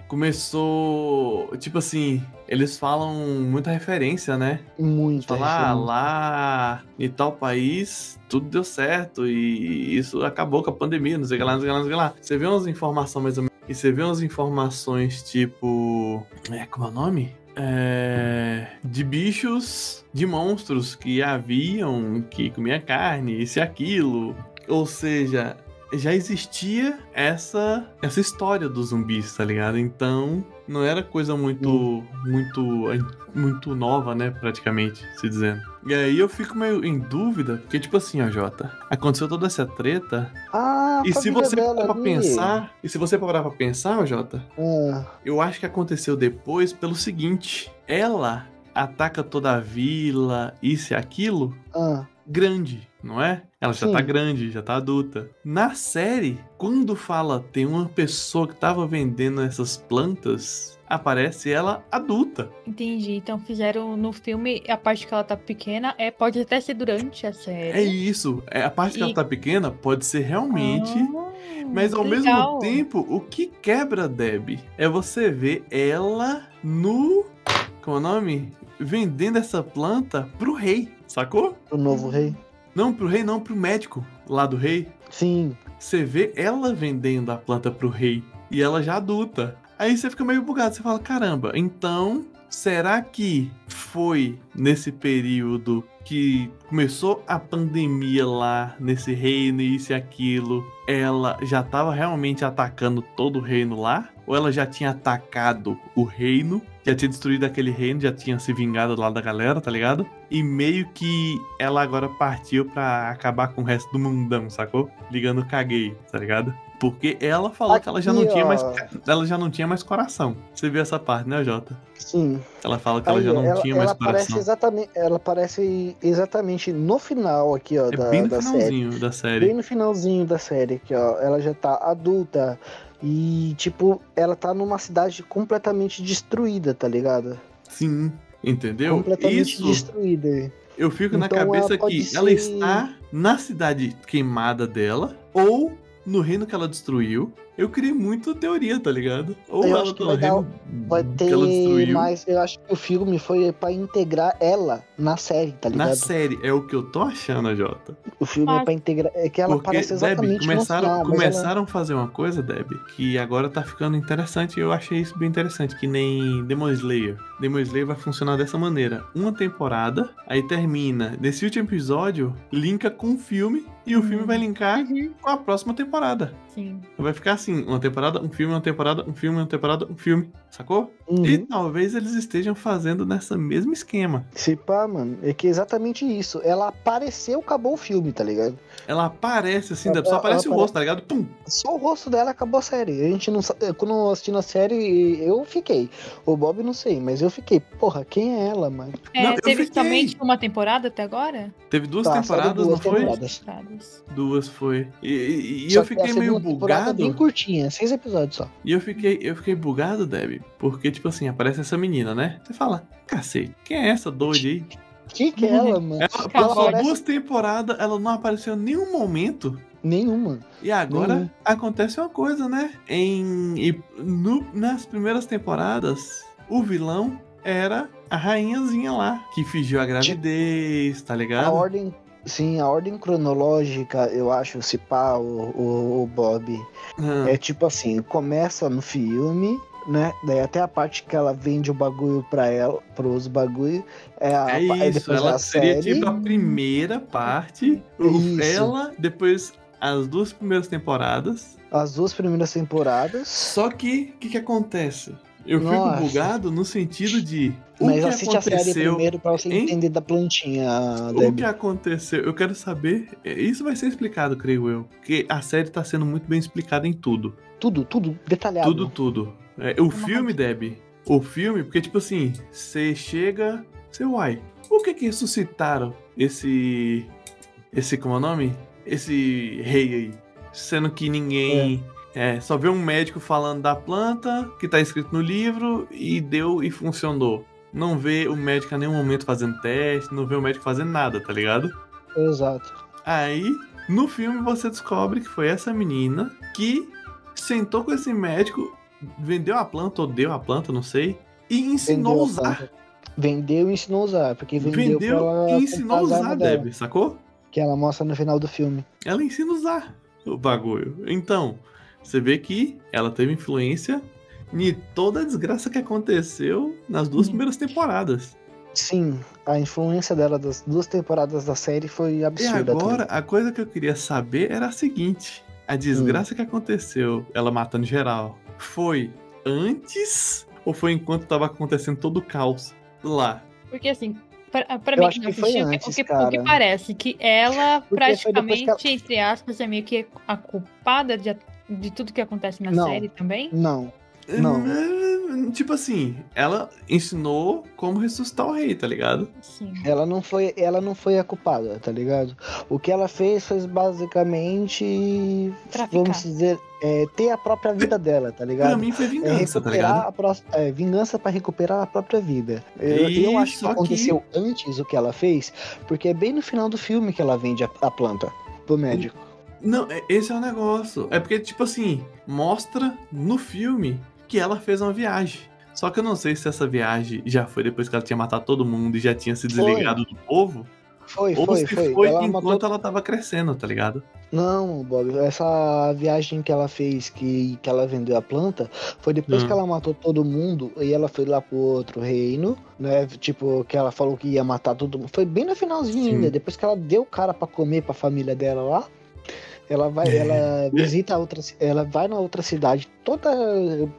começou. Tipo assim, eles falam muita referência, né? Muito. Falar assim. lá em tal país, tudo deu certo e isso acabou com a pandemia, não sei o que lá, não sei o que lá, não sei o que lá. Você vê umas informações mais ou menos. E você vê umas informações tipo. É, como é o nome? É, de bichos, de monstros que haviam, que comia carne, isso e aquilo. Ou seja, já existia essa essa história dos zumbis, tá ligado? Então, não era coisa muito muito an- muito nova, né, praticamente, se dizendo. E aí eu fico meio em dúvida, porque tipo assim, ó, Jota, aconteceu toda essa treta, Ah, a e se família você dela parar pra ali. pensar, e se você parar pra pensar, ó, Jota, Ah, eu acho que aconteceu depois pelo seguinte, ela ataca toda a vila, isso e aquilo, ah. grande, não é? Ela já Sim. tá grande, já tá adulta. Na série, quando fala tem uma pessoa que tava vendendo essas plantas, aparece ela adulta. Entendi. Então fizeram no filme a parte que ela tá pequena. É, pode até ser durante a É série. isso. É, a parte que E- ela tá pequena pode ser realmente. Ah, Mas ao mesmo legal. tempo, o que quebra Deb é você ver ela no. Como é o nome? Vendendo essa planta pro rei, sacou? O novo rei. Não pro rei, não, pro médico lá do rei. Sim. Você vê ela vendendo a planta pro rei e ela já adulta. Aí você fica meio bugado, você fala: caramba, então será que foi nesse período que começou a pandemia lá nesse reino e isso e aquilo? Ela já tava realmente atacando todo o reino lá? Ou ela já tinha atacado o reino, já tinha destruído aquele reino, já tinha se vingado lá da galera, tá ligado? E meio que ela agora partiu pra acabar com o resto do mundão, sacou? Ligando caguei, tá ligado? Porque ela falou que ela já não Aqui, tinha ó. mais ela já não tinha mais coração. Você viu essa parte, né, Jota? Sim. Ela fala que ela Aí, já não ela, tinha mais ela aparece coração. exatamente, ela aparece exatamente no final aqui, ó, É da, bem no da série. finalzinho da série. Bem no finalzinho da série aqui, ó. Ela já tá adulta e tipo, ela tá numa cidade completamente destruída, tá ligado? Sim, entendeu? completamente Isso destruída. eu fico na Então, cabeça ela pode que ela ser- está na cidade queimada dela ou no reino que ela destruiu Eu criei muita teoria, tá ligado? Ou Eu ela acho que do vai dar- reino Vai que ela ter destruiu. mais. Eu acho que o filme foi pra integrar ela na série, tá Na ligado? série, é o que eu tô achando, Jota. O filme é Mas- pra integrar. É que ela Porque, parece Deb, exatamente começaram, mostrar, mas ela- começaram a fazer uma coisa, Deb, que agora tá ficando interessante. Eu achei isso bem interessante, que nem Demon Slayer. Demon Slayer vai funcionar dessa maneira. Uma temporada, aí termina. Nesse último episódio, linka com o filme, e o filme Hum. vai linkar Uhum, com a próxima temporada. Sim. Vai ficar assim, uma temporada, um filme, uma temporada, um filme, uma temporada, um filme. Sacou? Uhum. E talvez eles estejam fazendo nessa mesmo esquema. Se pá, mano, é que é exatamente isso. Ela apareceu, acabou o filme, tá ligado? Ela aparece assim, Ela- Deb, só ela aparece o apare- rosto, tá ligado? Pum! Só o rosto dela acabou a série. A gente não sa- eh, Quando eu assisti na série, eh, eu fiquei. O Bob não sei, mas eu fiquei, porra, quem é ela, mano? É, Não, eu teve fiquei. somente uma temporada até agora? Teve duas Tá, só temporadas, duas não foi? temporadas. Temporadas. Duas foi. E, e- e Só eu que a fiquei meio segunda temporada é bugado. Bem curtinha, seis episódios só. E eu fiquei, eu fiquei bugado, Deb. Porque, tipo assim, aparece essa menina, né? Você fala, cacete, quem é essa doida aí? Que que é ela, mano? Uhum. Ela passou aparece- duas temporadas, ela não apareceu em nenhum momento. Nenhuma. E agora Nenhum. acontece uma coisa, né? Em, e no- nas primeiras temporadas, o vilão era a rainhazinha lá, que fingiu a gravidez, tá Tipo, A ligado? ordem. Sim, a ordem cronológica, eu acho, se pá, o, o, o Bob. Ah, É tipo assim, começa no filme, né? Daí até a parte que ela vende o bagulho pra ela, pros bagulho. É, a, É aí isso, depois ela da seria série. tipo a primeira parte, o- Isso. ela, depois as duas primeiras temporadas. As duas primeiras temporadas. Só que, o que, que acontece? Eu Nossa. fico bugado no sentido de o mas que assiste a série aconteceu. primeiro pra você hein? entender da plantinha, O Debbie. que é? aconteceu? Eu quero saber. é, Isso vai ser explicado, creio eu. Porque a série tá sendo muito bem explicada em tudo. Tudo, tudo detalhado. Tudo, tudo. É, o Tá filme, Deb. O filme, porque, tipo assim, você chega. Você, uai, por que que ressuscitaram esse. Esse, como é o nome? Esse rei aí. Sendo que ninguém. É, só vê um médico falando da planta que tá escrito no livro e deu e funcionou. Não vê o médico a nenhum momento fazendo teste, não vê o médico fazendo nada, tá ligado? Exato. Aí, no filme, você descobre que foi essa menina que sentou com esse médico, vendeu a planta ou deu a planta, não sei, e ensinou a Vendeu a usar. planta. Vendeu e ensinou a usar, porque vendeu, Vendeu, pra ela e comprar ensinou a as usar, armas dela, Deb, sacou? que ela mostra no final do filme. Ela ensina a usar o bagulho. Então, você vê que ela teve influência em toda a desgraça que aconteceu nas duas Hum. primeiras temporadas. Sim, a influência dela das duas temporadas da série foi E absurda. agora, a coisa que eu queria saber era a seguinte: a Hum. desgraça que aconteceu, ela matando geral, foi antes ou foi enquanto tava acontecendo todo o caos lá? Porque assim, pra, pra Eu mim, acho que eu foi assisti, antes, o, que, o que cara. parece que ela foi depois que ela- praticamente, entre aspas, é meio que a culpada de, de tudo que acontece na Não. série também. Não, Não. Eh, Tipo assim, ela ensinou como ressuscitar o rei, tá ligado? Sim. ela não foi, ela não foi a culpada, tá ligado? O que ela fez foi basicamente, Traficar. vamos dizer, é, ter a própria vida dela, tá Pra ligado? mim foi É vingança, tá recuperar ligado? a pró- é, vingança pra recuperar a própria vida. Eu, E eu acho que só que- aconteceu antes o que ela fez, porque é bem no final do filme que ela vende a, a planta pro médico. Não, é- esse é o negócio. É porque, tipo assim, mostra no filme que ela fez uma viagem. Só que eu não sei se essa viagem já foi depois que ela tinha matado todo mundo e já tinha se Foi. desligado do povo. Foi, Ou foi, se foi. foi, Ela enquanto matou ela tava crescendo, tá ligado? Não, Bob, essa viagem que ela fez, que, que ela vendeu a planta, foi depois Hum. que ela matou todo mundo e ela foi lá pro outro reino, né? Tipo, que ela falou que ia matar todo mundo. Foi bem no finalzinho Sim. ainda, depois que ela deu o cara pra comer pra família dela lá. Ela vai, É. ela visita a outra, ci- ela vai na outra cidade toda,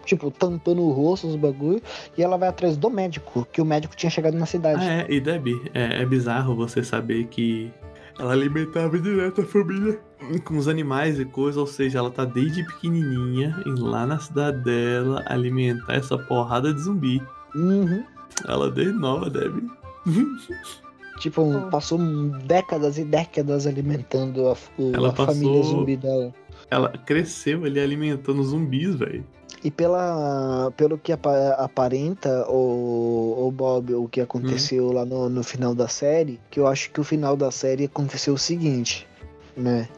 tipo, tampando o rosto, os bagulho, e ela vai atrás do médico, que o médico tinha chegado na cidade. Ah, é, e Debbie, é, é bizarro você saber que ela alimentava direto a família com os animais e coisa, ou seja, ela tá desde pequenininha e lá na cidade dela alimentar essa porrada de zumbi. Uhum. Ela desde nova, Debbie. Tipo, Pô. passou décadas e décadas alimentando a, o- Ela a família passou- zumbi dela. Ela cresceu ali alimentando zumbis, velho. E pela, pelo que apa- aparenta o, o Bob, o que aconteceu Hum. lá no, no final da série, que eu acho que o final da série aconteceu o seguinte, né?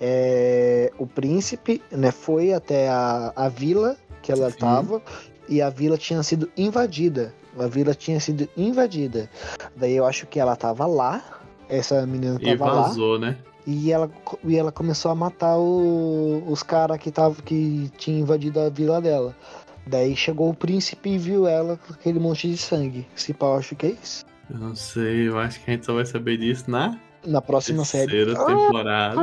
é, o príncipe né, foi até a, a vila que ela Sim. estava e a vila tinha sido invadida. A vila tinha sido invadida. Daí eu acho que ela tava lá, essa menina E tava lá, vazou, né? e ela, co- e ela começou a matar o- os caras que, tava- que tinham invadido a vila dela. Daí chegou o príncipe e viu ela com aquele monte de sangue. Se pau, acho que é isso. Eu não sei, eu acho que a gente só vai saber disso na Na próxima série. terceira temporada.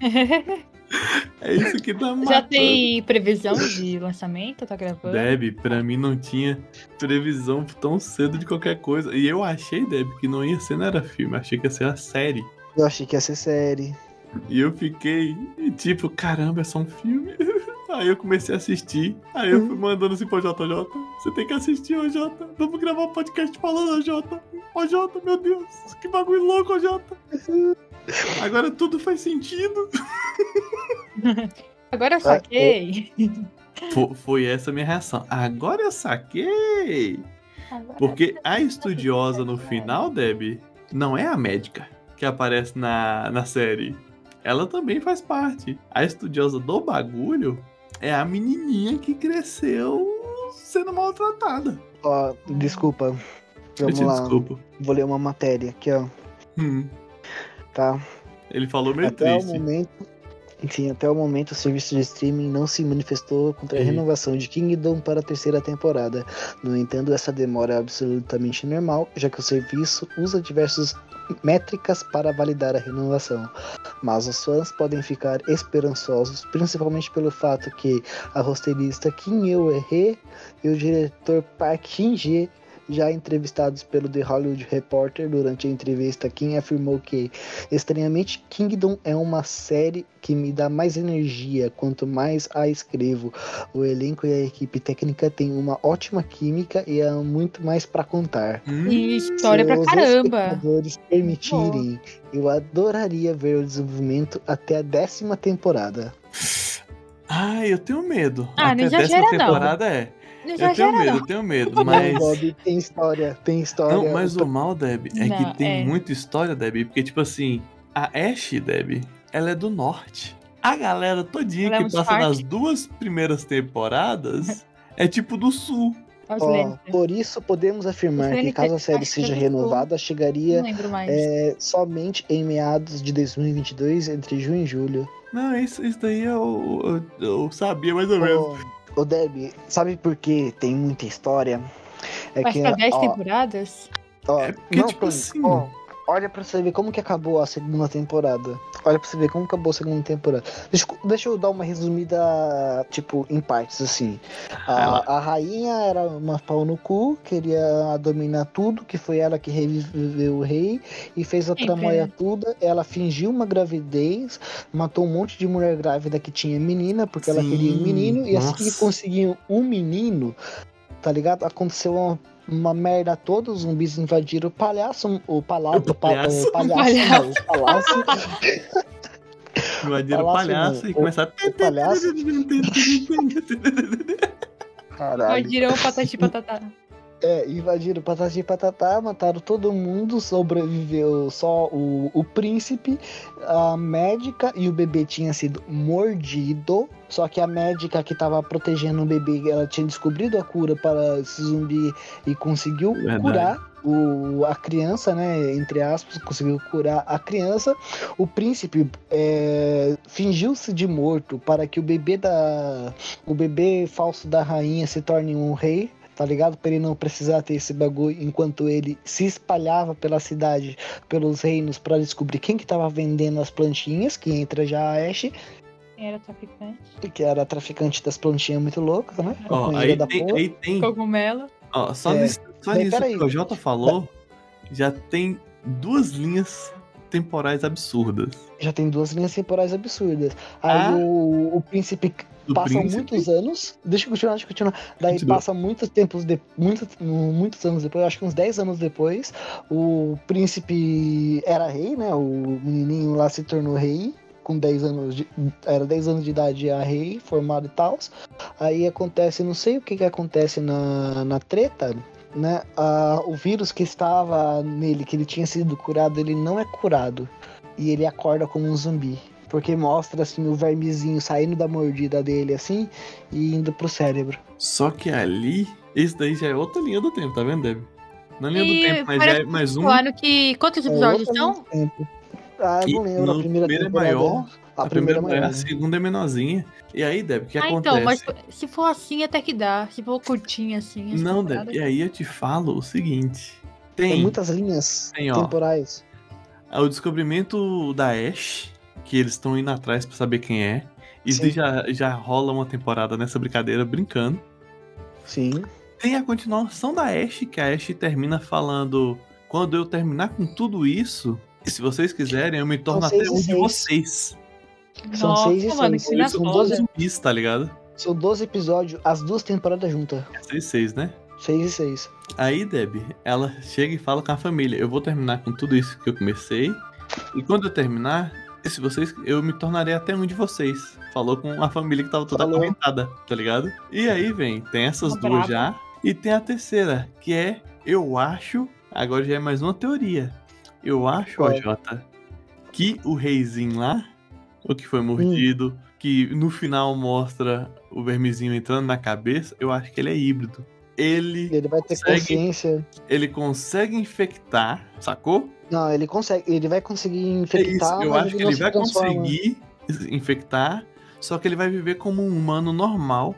É isso que tá matando. Já tem previsão de lançamento? Tá gravando? Deb, pra mim não tinha previsão tão cedo de qualquer coisa. E eu achei, Deb, que não ia ser, não era filme, achei que ia ser a série. Eu achei que ia ser série. E eu fiquei tipo, caramba, é só um filme. Aí eu comecei a assistir. Aí eu fui mandando assim pro JJ. Você tem que assistir, ô Jota. Vamos gravar um podcast falando, ô Jota. Ô Jota, meu Deus. Que bagulho louco, ô Jota. Agora tudo faz sentido. Agora eu saquei. Fo- foi essa a minha reação. Agora eu saquei. Agora- Porque a estudiosa no final, Deb, não é a médica que aparece na, na série. Ela também faz parte. A estudiosa do bagulho é a menininha que cresceu sendo maltratada. Ó, desculpa. Eu Vamos te lá. desculpo. Vou ler uma matéria aqui, ó. Hum, Tá? ele falou meio até o triste. momento. Sim, até o momento o serviço de streaming não se manifestou contra a Uhum. renovação de Kingdom para a terceira temporada. No entanto, essa demora é absolutamente normal, já que o serviço usa diversas métricas para validar a renovação. Mas os fãs podem ficar esperançosos, principalmente pelo fato que a roteirista Kim Yo He e o diretor Park Shin-jae já entrevistados pelo The Hollywood Reporter durante a entrevista, Kim afirmou que Estranhamente, Kingdom é uma série que me dá mais energia quanto mais a escrevo. O elenco e a equipe técnica têm uma ótima química e há muito mais pra contar. Hum, E história pra os caramba. espectadores permitirem, eu adoraria ver o desenvolvimento até a décima temporada. Ai, eu tenho medo. Ah, Até a não décima exagera, não. temporada é. Não Eu tenho exagera, medo, não. eu tenho medo. Mas... Mas. Bob, tem história, tem história. Não, mas o mal, Deb, é Não, que tem é. muita história, Deb, porque, tipo assim, a Ash, Deb, ela é do norte. A galera todinha Ela é que muito passa forte. nas duas primeiras temporadas é tipo do sul. Aos Ó, lentes. por isso podemos afirmar Os que caso a LNTs série acho que seja eu não tô- renovada, chegaria Não lembro mais. é, somente em meados de 2022, entre junho e julho. Não, isso, isso daí eu, eu, eu sabia mais ou menos. Ô, ô Deb, sabe por que tem muita história? É Mas pra 10 ó, temporadas? ó, É porque, não, tipo Pan, assim- ó, olha pra você ver como que acabou a segunda temporada. Olha pra você ver como acabou a segunda temporada. Deixa, eu- deixa eu dar uma resumida, tipo, em partes, assim. Vai lá. A, a rainha era uma pau no cu, queria dominar tudo, que foi ela que reviveu o rei e fez a Sempre, tramóia né? toda. Ela fingiu uma gravidez, matou um monte de mulher grávida que tinha menina, porque ela Sim, queria um menino, e assim que nossa. conseguiu um menino, tá ligado? Aconteceu uma, uma merda toda, os zumbis invadiram o palhaço, o palácio, O o palhaço. palhaço, o palhaço, não, o palácio, Invadiram o palhaço palhaço não, e o- começaram. o palhaço. caralho. Pode patati patatá. É, invadiram patati e patatá, mataram todo mundo, sobreviveu só o, o príncipe, a médica e o bebê tinha sido mordido. Só que a médica que tava protegendo o bebê, ela tinha descobrido a cura para esse zumbi e conseguiu Verdade. curar o, a criança, né? Entre aspas, conseguiu curar a criança. O príncipe é, fingiu-se de morto para que o bebê da. O bebê falso da rainha se torne um rei tá ligado? Pra ele não precisar ter esse bagulho enquanto ele se espalhava pela cidade, pelos reinos, pra descobrir quem que tava vendendo as plantinhas, que entra já a Ashe, Quem era o traficante? que era a traficante das plantinhas muito louca, né? Ó, Maconheira aí da tem, porra. aí tem. Cogumelo. Ó, só É. nisso, só Bem, nisso peraí. que o Jota falou, já tem duas linhas temporais absurdas. Já tem duas linhas temporais absurdas. Aí Ah. o, o príncipe Do passa príncipe. muitos anos. Deixa eu continuar, deixa eu continuar. Daí Continua. passa muitos tempos de, muito, muitos anos depois, eu acho que uns 10 anos depois, o príncipe era rei, né? O menininho lá se tornou rei. Com 10 anos de, era 10 anos de idade a rei, formado e tal. Aí acontece, não sei o que, que acontece na, na treta, né? Ah, o vírus que estava nele, que ele tinha sido curado, ele não é curado. e ele acorda como um zumbi. Porque mostra assim o vermezinho saindo da mordida dele assim e indo pro cérebro. Só que ali, isso daí já é outra linha do tempo, tá vendo, Deb? Na linha do E tempo, mas já parece é mais um. Claro que. Quantos episódios outra são? linha do é tempo. Ah, eu E não lembro. A no primeira primeiro é temporada- maior, A, primeira é maior. a segunda é menorzinha. E aí, Deb, o que ah, acontece? então, mas se for assim até que dá. Se for curtinha assim. essa Não, é temporada. Deb, e aí eu te falo o seguinte. Tem, Tem muitas linhas assim. Tem, ó. temporais. o descobrimento da Ash, que eles estão indo atrás pra saber quem é. Isso Sim. daí já, já rola uma temporada nessa brincadeira, brincando. Sim. Tem a continuação da Ash, que a Ash termina falando: Quando eu terminar com tudo isso, se vocês quiserem, eu me torno São até seis um e de seis. vocês. São Nossa, seis e mano, seis. que Eles são todos foda. zumbis, tá ligado? São 12 episódios, as duas temporadas juntas. É seis, seis, né? 6 e 6. Aí, Deb, ela chega e fala com a família: Eu vou terminar com tudo isso que eu comecei. E quando eu terminar, se vocês, eu me tornarei até um de vocês. Falou com a família que tava toda Falou. acorrentada, tá ligado? E aí, vem, tem essas Uma duas brava. já. E tem a terceira, que é Eu acho. Agora já é mais uma teoria. Eu acho, Qual? OJ, que o reizinho lá, o que foi mordido, que no final mostra o vermezinho entrando na cabeça, eu acho que ele é híbrido. Ele Ele vai ter Consegue. consciência. ele consegue infectar, sacou? Não, ele consegue. Ele vai conseguir É infectar. isso. Eu mas acho que não ele se vai transforma. conseguir infectar, só que ele vai viver como um humano normal.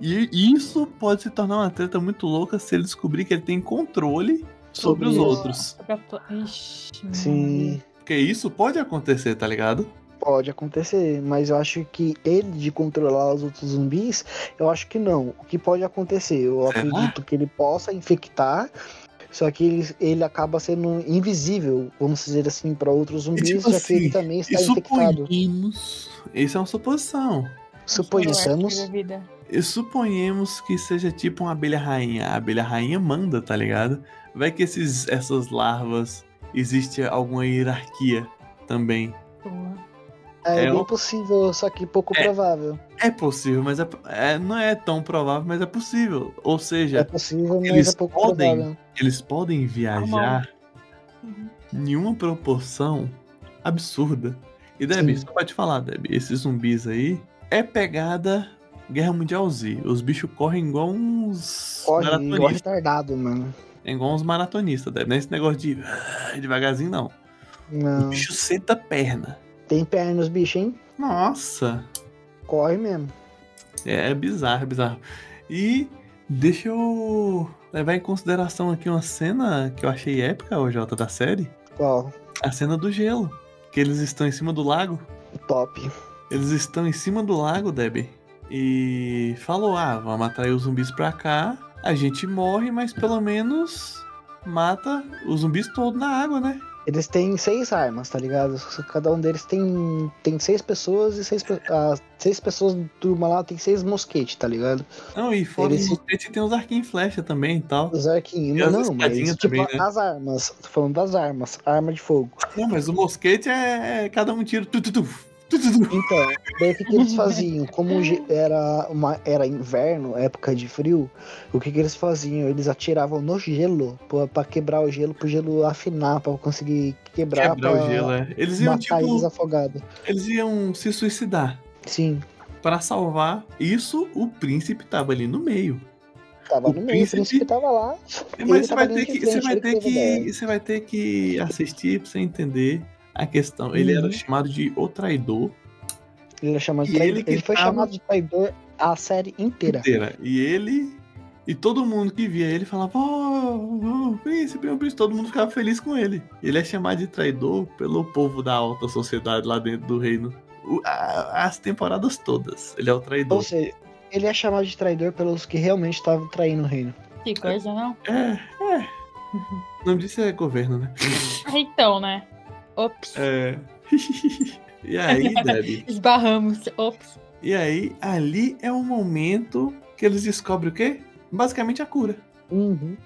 E isso pode se tornar uma treta muito louca se ele descobrir que ele tem controle sobre Sobre os isso. outros. Pra to- Ixi, mano. Sim, Porque isso pode acontecer, tá ligado? pode acontecer. Mas eu acho que ele de controlar os outros zumbis, eu acho que não. O que pode acontecer? Eu Será? acredito que ele possa infectar. Só que ele, ele acaba sendo invisível, vamos dizer assim, para outros zumbis, tipo já que ele assim, também E está infectado. suponhamos. Isso é uma suposição. Suponhamos. Acho que é vida. E suponhamos que seja tipo uma abelha rainha. A abelha rainha manda, tá ligado? Vai que esses, essas larvas existe alguma hierarquia também. Boa. É, É bem um- possível, só que pouco É. provável. É possível, mas é, é- não é tão provável, mas é possível. Ou É seja, possível, mas Eles é Tá pouco podem. provável. eles podem viajar Uhum. em uma proporção absurda. E Debbie, Sim. só pra te falar, Debbie, esses zumbis aí é pegada Guerra Mundial Z. Os bichos correm igual uns Corre, igual maratonistas. retardado, mano. É igual uns maratonistas, Debbie. Não é esse negócio de ah, devagarzinho, não. O Não. bicho senta a perna. Tem perna nos bichos, hein? Nossa, Corre mesmo. é, é bizarro, é bizarro. E deixa eu levar em consideração aqui uma cena que eu achei épica, o Jota, da série. Ó, A cena do gelo. Que eles estão em cima do lago. top. Eles estão em cima do lago, Debbie. E falou, ah, vamos atrair os zumbis pra cá. A gente morre, mas pelo menos mata os zumbis todos na água, né? Eles têm seis armas, tá ligado? Cada um deles tem, tem seis pessoas e seis, pe- as seis pessoas do turma lá tem seis mosquetes, tá ligado? Não, e fora Eles- os mosquetes tem os arquinhos em flecha também e tal. Os arquinhos. E as não, mas espadinhas tipo, também, né? as armas. Tô falando das armas. Arma de fogo. Não, mas o mosquete é, é cada um tiro. Tu, tu, tu, tu, tu, tu. Então, daí o que, que eles faziam? Como o ge- era, uma, era inverno, época de frio, o que, que eles faziam? Eles atiravam no gelo pra- pra quebrar o gelo, pro gelo afinar, pra conseguir quebrar, Quebrar pra o gelo, é. Eles iam, matar tipo, eles afogados. eles iam se suicidar Sim, Pra salvar. Isso, o príncipe tava ali no meio. tava O no meio, o príncipe- príncipe tava lá. Mas você tava vai ali ter de que, frente, você vai ele ter teve ideia. que, você vai ter que assistir pra você entender a questão. Ele era Uhum. chamado de o traidor Ele, era chamado de E ele traidor. que Ele foi tava- chamado de traidor a série inteira. inteira. E ele e todo mundo que via ele falava: "Oh, oh, príncipe, oh, príncipe", todo mundo ficava feliz com ele. Ele é chamado de traidor pelo povo da alta sociedade lá dentro do reino. O- a- as temporadas todas, ele é o traidor. Ou seja, ele é chamado de traidor pelos que realmente estavam traindo o reino. Que coisa, não? É, é. O nome disso é governo, né? Ah, Então, né? Ops. É. e aí, Debbie? Esbarramos. Ops. E aí, ali é o momento que eles descobrem o quê? Basicamente a cura. Uhum.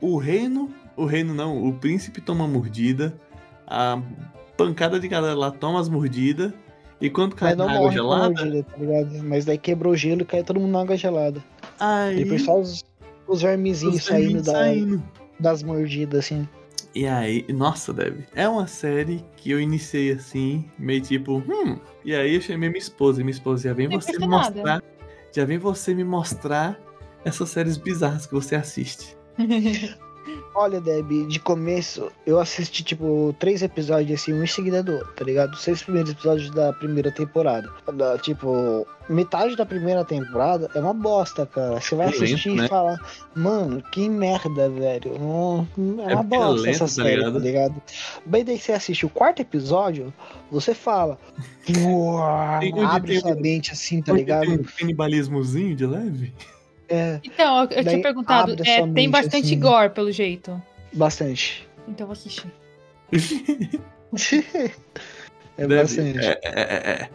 O reino, o reino não, o príncipe toma mordida, a pancada de galera lá toma as mordidas, e quando cai Mas na não água morre com a gelada, mordida, tá ligado? Mas daí quebrou o gelo e caiu todo mundo na água gelada. aí Depois só os, os os vermezinhos vermes saindo, da- saindo. das mordidas, assim. E aí, nossa, Deb, é uma série que eu iniciei assim, meio tipo, hum. E aí eu chamei minha esposa, e minha esposa, já vem Não é você me impressionada. mostrar. Já vem você me mostrar essas séries bizarras que você assiste. Olha, Deb, de começo eu assisti, tipo, três episódios assim, um em seguida do outro, tá ligado? Os seis primeiros episódios da primeira temporada. Da, tipo, metade da primeira temporada é uma bosta, cara. Você vai É lento, assistir né? e falar, mano, que merda, velho. Hum, É É uma porque é bosta lento, essa tá série, tá ligado? ligado? Bem, daí você assiste o quarto episódio, você fala, "Uau", Tem- abre tem- sua mente assim, tá Onde Tem ligado? um canibalismozinho de leve? É, Então, eu- eu Daí tinha perguntado, abre a é, sua tem mente, bastante assim. gore, pelo jeito. bastante. Então eu vou assistir. É Deb, bastante. é, é, é, é.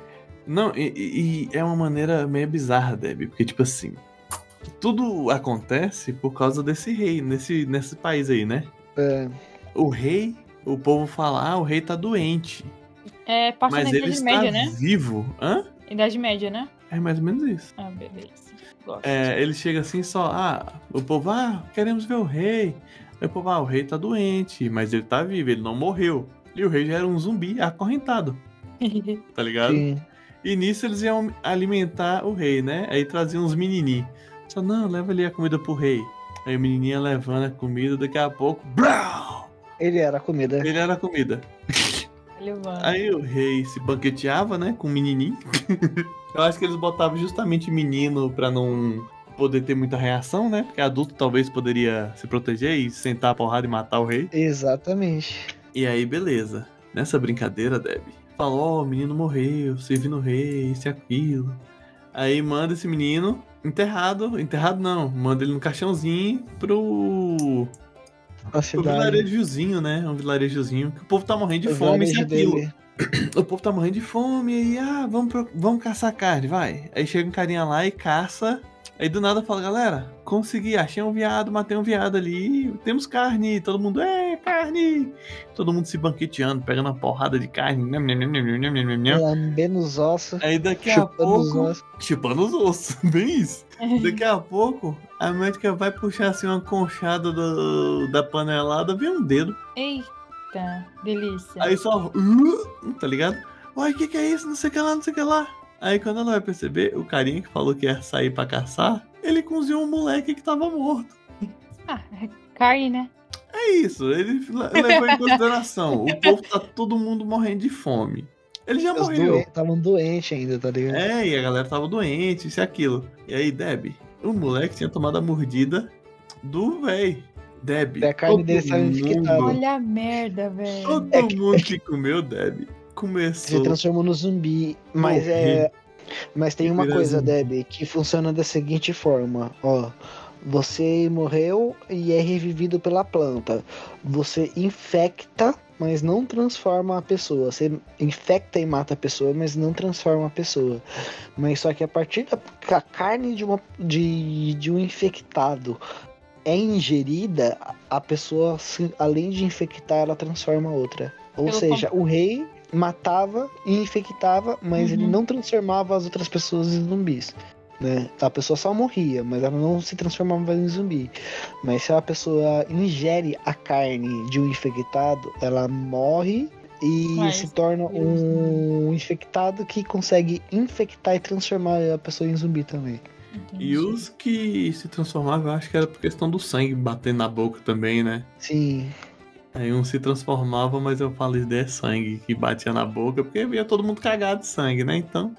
Não, e- e, e é uma maneira meio bizarra, Deb, porque, tipo assim, tudo acontece por causa desse rei, nesse, nesse país aí, né? É. O rei, o povo fala, ah, o rei tá doente, É, passa mas na ele Idade está Média, né? vivo. Hã? Idade Média, né? É mais ou menos isso. Ah, beleza. Gosto. É, ele chega assim só, ah, o povo, ah, queremos ver o rei. Aí o povo, ah, o rei tá doente, mas ele tá vivo, ele não morreu. E o rei já era um zumbi acorrentado, tá ligado? Sim. E nisso eles iam alimentar o rei, né? Aí traziam uns menininhos. Só, não, leva ali a comida pro rei. Aí o menininho ia levando a comida, daqui a pouco, brau! Ele era a comida. Ele era a comida. Levando. Aí o rei se banqueteava, né, com o menininho. Eu acho que eles botavam justamente menino pra não poder ter muita reação, né? Porque adulto talvez poderia se proteger e sentar a porrada e matar o rei. Exatamente. E aí, beleza. Nessa brincadeira, Deb, falou, ó, o menino morreu, servindo o rei, isso e aquilo. Aí manda esse menino enterrado, enterrado não, manda ele no caixãozinho pro, A pro cidade. vilarejozinho, né? Um vilarejozinho que o povo tá morrendo de o fome, isso e vilarejo aquilo. dele. O povo tá morrendo de fome, aí, ah, vamos, pro- vamos caçar carne, vai. Aí chega um carinha lá e caça. Aí do nada fala, galera, consegui, achei um viado, matei um viado ali, temos carne, todo mundo, é, carne! Todo mundo se banqueteando, pegando uma porrada de carne. nham, nham, nham, nham, nham, nham, nham, nham. Lambendo os ossos. Aí daqui a Chupando os pouco. tá ossos. Chupando os ossos, bem isso. Daqui a pouco, a médica vai puxar assim uma conchada do- da panelada, vem um dedo. Eita, delícia. Aí só. "Uh", Tá ligado? Uai, o que, que é isso? Não sei o que lá, não sei o que lá. Aí quando ela vai perceber, o carinha que falou que ia sair pra caçar, ele cozinhou um moleque que tava morto. Ah, carne, né? É isso, ele le- levou em consideração. O povo tá todo mundo morrendo de fome. Ele já Os morreu. doen- Tavam doente ainda, tá ligado? É, e a galera tava doente, isso e aquilo. E aí, Deb, o moleque tinha tomado a mordida do véi. Deb. Da carne dele todo sabe onde que tava. mundo- Olha a merda, velho. Todo mundo que comeu, Deb, começou. Se transformou no zumbi. Mas é. Mas tem uma Virar coisa, zumbi. Deb, que funciona da seguinte forma, ó. Você morreu e é revivido pela planta. Você infecta, mas não transforma a pessoa. Você infecta e mata a pessoa, mas não transforma a pessoa. Mas só que a partir da ca- carne de, uma, de, de um infectado é ingerida, a- a pessoa, se- além de infectar, ela transforma outra. Ou Pelo seja, o rei matava e infectava, mas ele Uhum. não transformava as outras pessoas em zumbis. Né? A pessoa só morria, mas ela não se transformava em zumbi. Mas se a pessoa ingere a carne de um infectado, ela morre e Mas- né? se torna um infectado que consegue infectar e transformar a pessoa em zumbi também. E os que se transformavam, eu acho que era por questão do sangue batendo na boca também, né? Sim, Aí um se transformava, mas eu falei, é sangue que batia na boca, porque via todo mundo cagado de sangue, né? Então.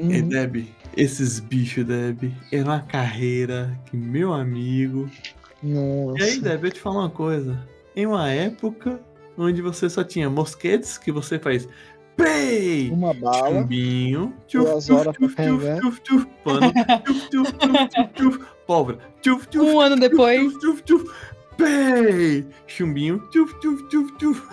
E Uhum. Deb, esses bichos, Deb, era uma carreira que meu amigo. é E aí, Nossa. Deb, eu te falo uma coisa. Em uma época onde você só tinha mosquetes que você faz. Pei! Uma bala. Chumbinho. Duas horas pra carregar. tchuf, tchuf, pano. Tchuf, tchuf, tchuf, tchuf, tchuf, pólvora. Tchuf, tchuf, Um ano depois. Tchuf, tchuf, tchuf. Pei! Chumbinho. Tchuf, tchuf, tchuf, tchuf.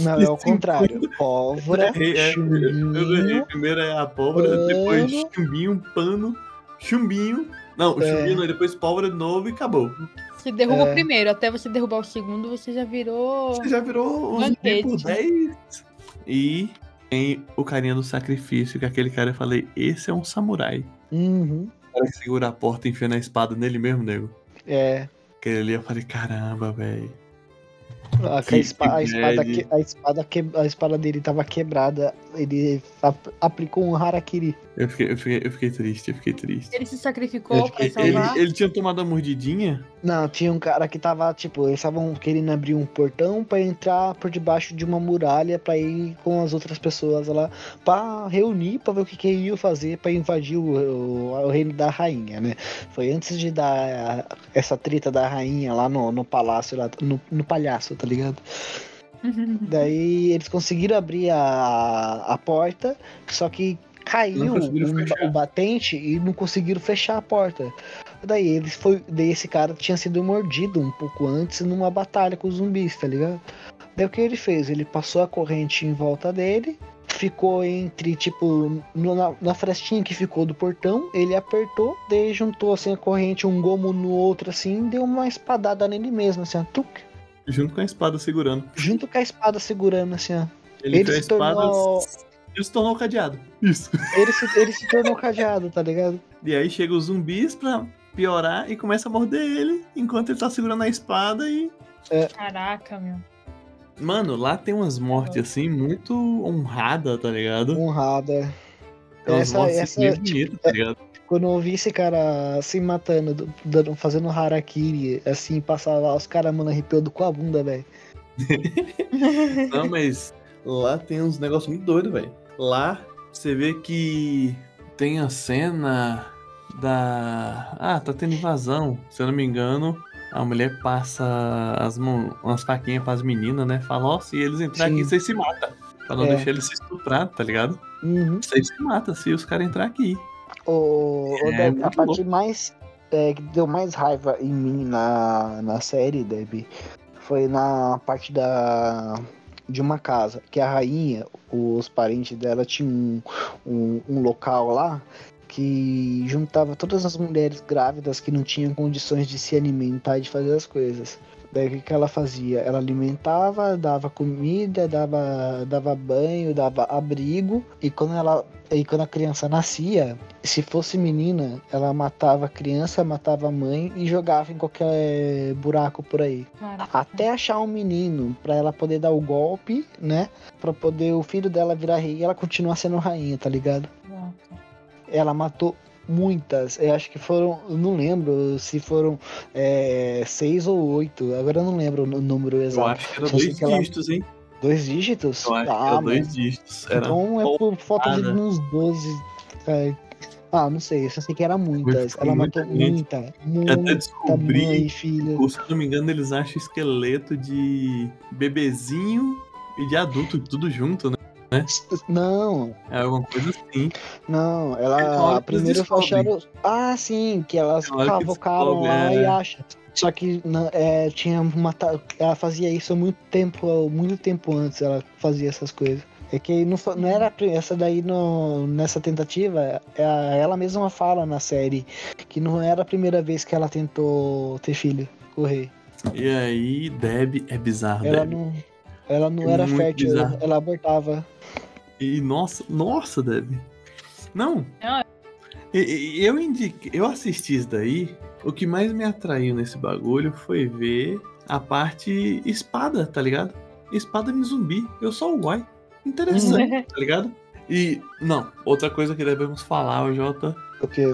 Não, é ao contrário. Pólvora, É, é, eu errei. chumbinho. Primeiro é a pólvora, pano. depois chumbinho, pano, chumbinho. Não, o É. chumbinho, não, depois pólvora de novo e acabou. Você derruba É. o primeiro, até você derrubar o segundo, você já virou. Você já virou uns Banquete. tempos 10. E tem o carinha do sacrifício, que aquele cara eu falei, esse é um samurai. Uhum. O cara que segura a porta e enfia a espada nele mesmo, nego. É. Aquele ali eu falei, caramba, velho. A, Que- a Ah, espa- a que espada, bad. que- a, espada que- a espada dele tava quebrada. Ele ap- aplicou um harakiri. Eu fiquei, eu, fiquei, eu fiquei triste, eu fiquei triste. Ele se sacrificou pra Ele- ele, salvar. ele tinha tomado a mordidinha? Não, tinha um cara que tava, tipo, eles estavam querendo abrir um portão pra entrar por debaixo de uma muralha pra ir com as outras pessoas lá pra reunir, pra ver o que, que iam fazer pra invadir o, o- o reino da rainha, né? Foi antes de dar essa treta da rainha lá no, no palácio, lá, no, no palhaço, tá ligado? Daí eles conseguiram abrir a, a porta, só que caiu Não conseguiram o- fechar. o batente e não conseguiram fechar a porta. Daí eles foi, daí esse cara tinha sido mordido um pouco antes numa batalha com os zumbis, tá ligado? Daí o que ele fez? Ele passou a corrente em volta dele, ficou entre, tipo, no- na, na frestinha que ficou do portão, ele apertou, daí juntou assim a corrente, um gomo no outro assim, deu uma espadada nele mesmo, assim, ó, tuc, Junto com a espada segurando. junto com a espada segurando assim, ó. Ele, Ele fez a se espada tornou- ele se tornou cadeado. Isso. Ele se, ele se tornou cadeado, tá ligado? E aí chega os zumbis pra piorar e começa a morder ele enquanto ele tá segurando a espada e. Caraca, meu. Mano, lá tem umas mortes assim muito honrada, tá ligado? Honrada. É umas Essa- mortes essa, meio tipo, bonitas, tá ligado? Quando eu vi esse cara se matando, do- dando- fazendo harakiri, assim, passar lá, os caras, mano, arrepiando com a bunda, velho. Não, mas lá tem uns negócios muito doidos, velho. Lá você vê que tem a cena da. Ah, tá tendo invasão. Se eu não me engano, a mulher passa as mão, umas faquinhas pras meninas, né? Fala, ó, se eles entrarem Sim. aqui, vocês se matam. Pra não É. deixar eles se estuprar, tá ligado? Uhum. Vocês se matam se os caras entrar aqui. O, o É, Deb, a muito parte mais. é, que deu mais raiva em mim na, na série, Deb, foi na parte da. De uma casa, que a rainha, os parentes dela tinham um, um, um local lá que juntava todas as mulheres grávidas que não tinham condições de se alimentar e de fazer as coisas. Daí o que, que ela fazia? Ela alimentava, dava comida, dava, dava banho, dava abrigo. E quando, ela, e quando a criança nascia, se fosse menina, ela matava a criança, matava a mãe e jogava em qualquer buraco por aí. Caraca. Até achar um menino pra ela poder dar o golpe, né? Pra poder o filho dela virar rei e ela continuar sendo rainha, tá ligado? Ela matou muitas. Eu acho que foram. eu Não lembro se foram é, seis ou oito. Agora eu não lembro o nu- número Eu exato. acho que era Só sei dois que ela- dígitos, hein? Dois dígitos? Eu acho que era Ah, mas- dois dígitos. Era um então é por falta de porrada. uns 12. é, Ah, não sei, eu só sei que era muitas. Foi Ela muita matou gente. muita, Eu até muita descobri mãe, filho. Ou, se eu não me engano, eles acham esqueleto de bebezinho e de adulto, tudo junto, né? Não, É alguma coisa assim. Não, É na hora ela que eles primeiro descobrem. acharam. Ah, sim, que elas É na hora que cavocaram descobre, lá é. e acham. Só que na- é, tinha matado. Ela fazia isso há muito tempo, muito tempo antes ela fazia essas coisas. É que não, fa- não era a pri- essa daí no, nessa tentativa, é a- ela mesma fala na série que não era a primeira vez que ela tentou ter filho, correr. E aí, Deb é bizarro, Ela Deb. não, ela não É era muito fértil, bizarro. ela abortava. E nossa, nossa, Deb. Não. Não. E- e- Eu indiquei, eu assisti isso daí. O que mais me atraiu nesse bagulho foi ver a parte espada, tá ligado? Espada de zumbi. Eu só uai. Interessante, tá ligado? E, não, outra coisa que devemos falar, Jota, Porque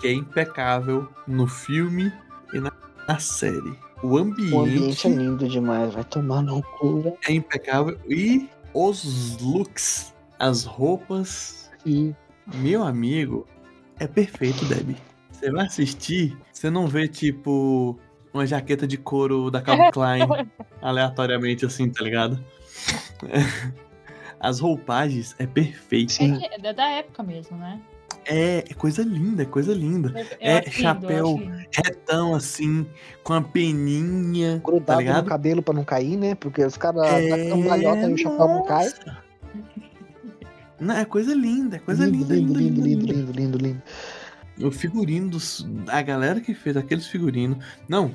que é impecável no filme e na, na série. O ambiente, o ambiente é lindo demais, vai tomar no cu, velho. é impecável e os looks, as roupas, E meu amigo, é perfeito, Debbie. Você vai assistir, você não vê tipo uma jaqueta de couro da Calvin Klein aleatoriamente assim, tá ligado? As roupagens é perfeito. Sim. É, que é da época mesmo, né? É, é coisa linda, é coisa linda. Eu- eu É, acho lindo, chapéu. eu acho lindo. Retão assim, com a peninha. Tá grudado ligado? no cabelo pra não cair, né? Porque os caras É, é... cambalhota e o chapéu um não cai. nossa. Não, é coisa linda, é coisa linda, linda, linda, linda. lindo, lindo, lindo. O figurino dos. A galera que fez aqueles figurinos. Não,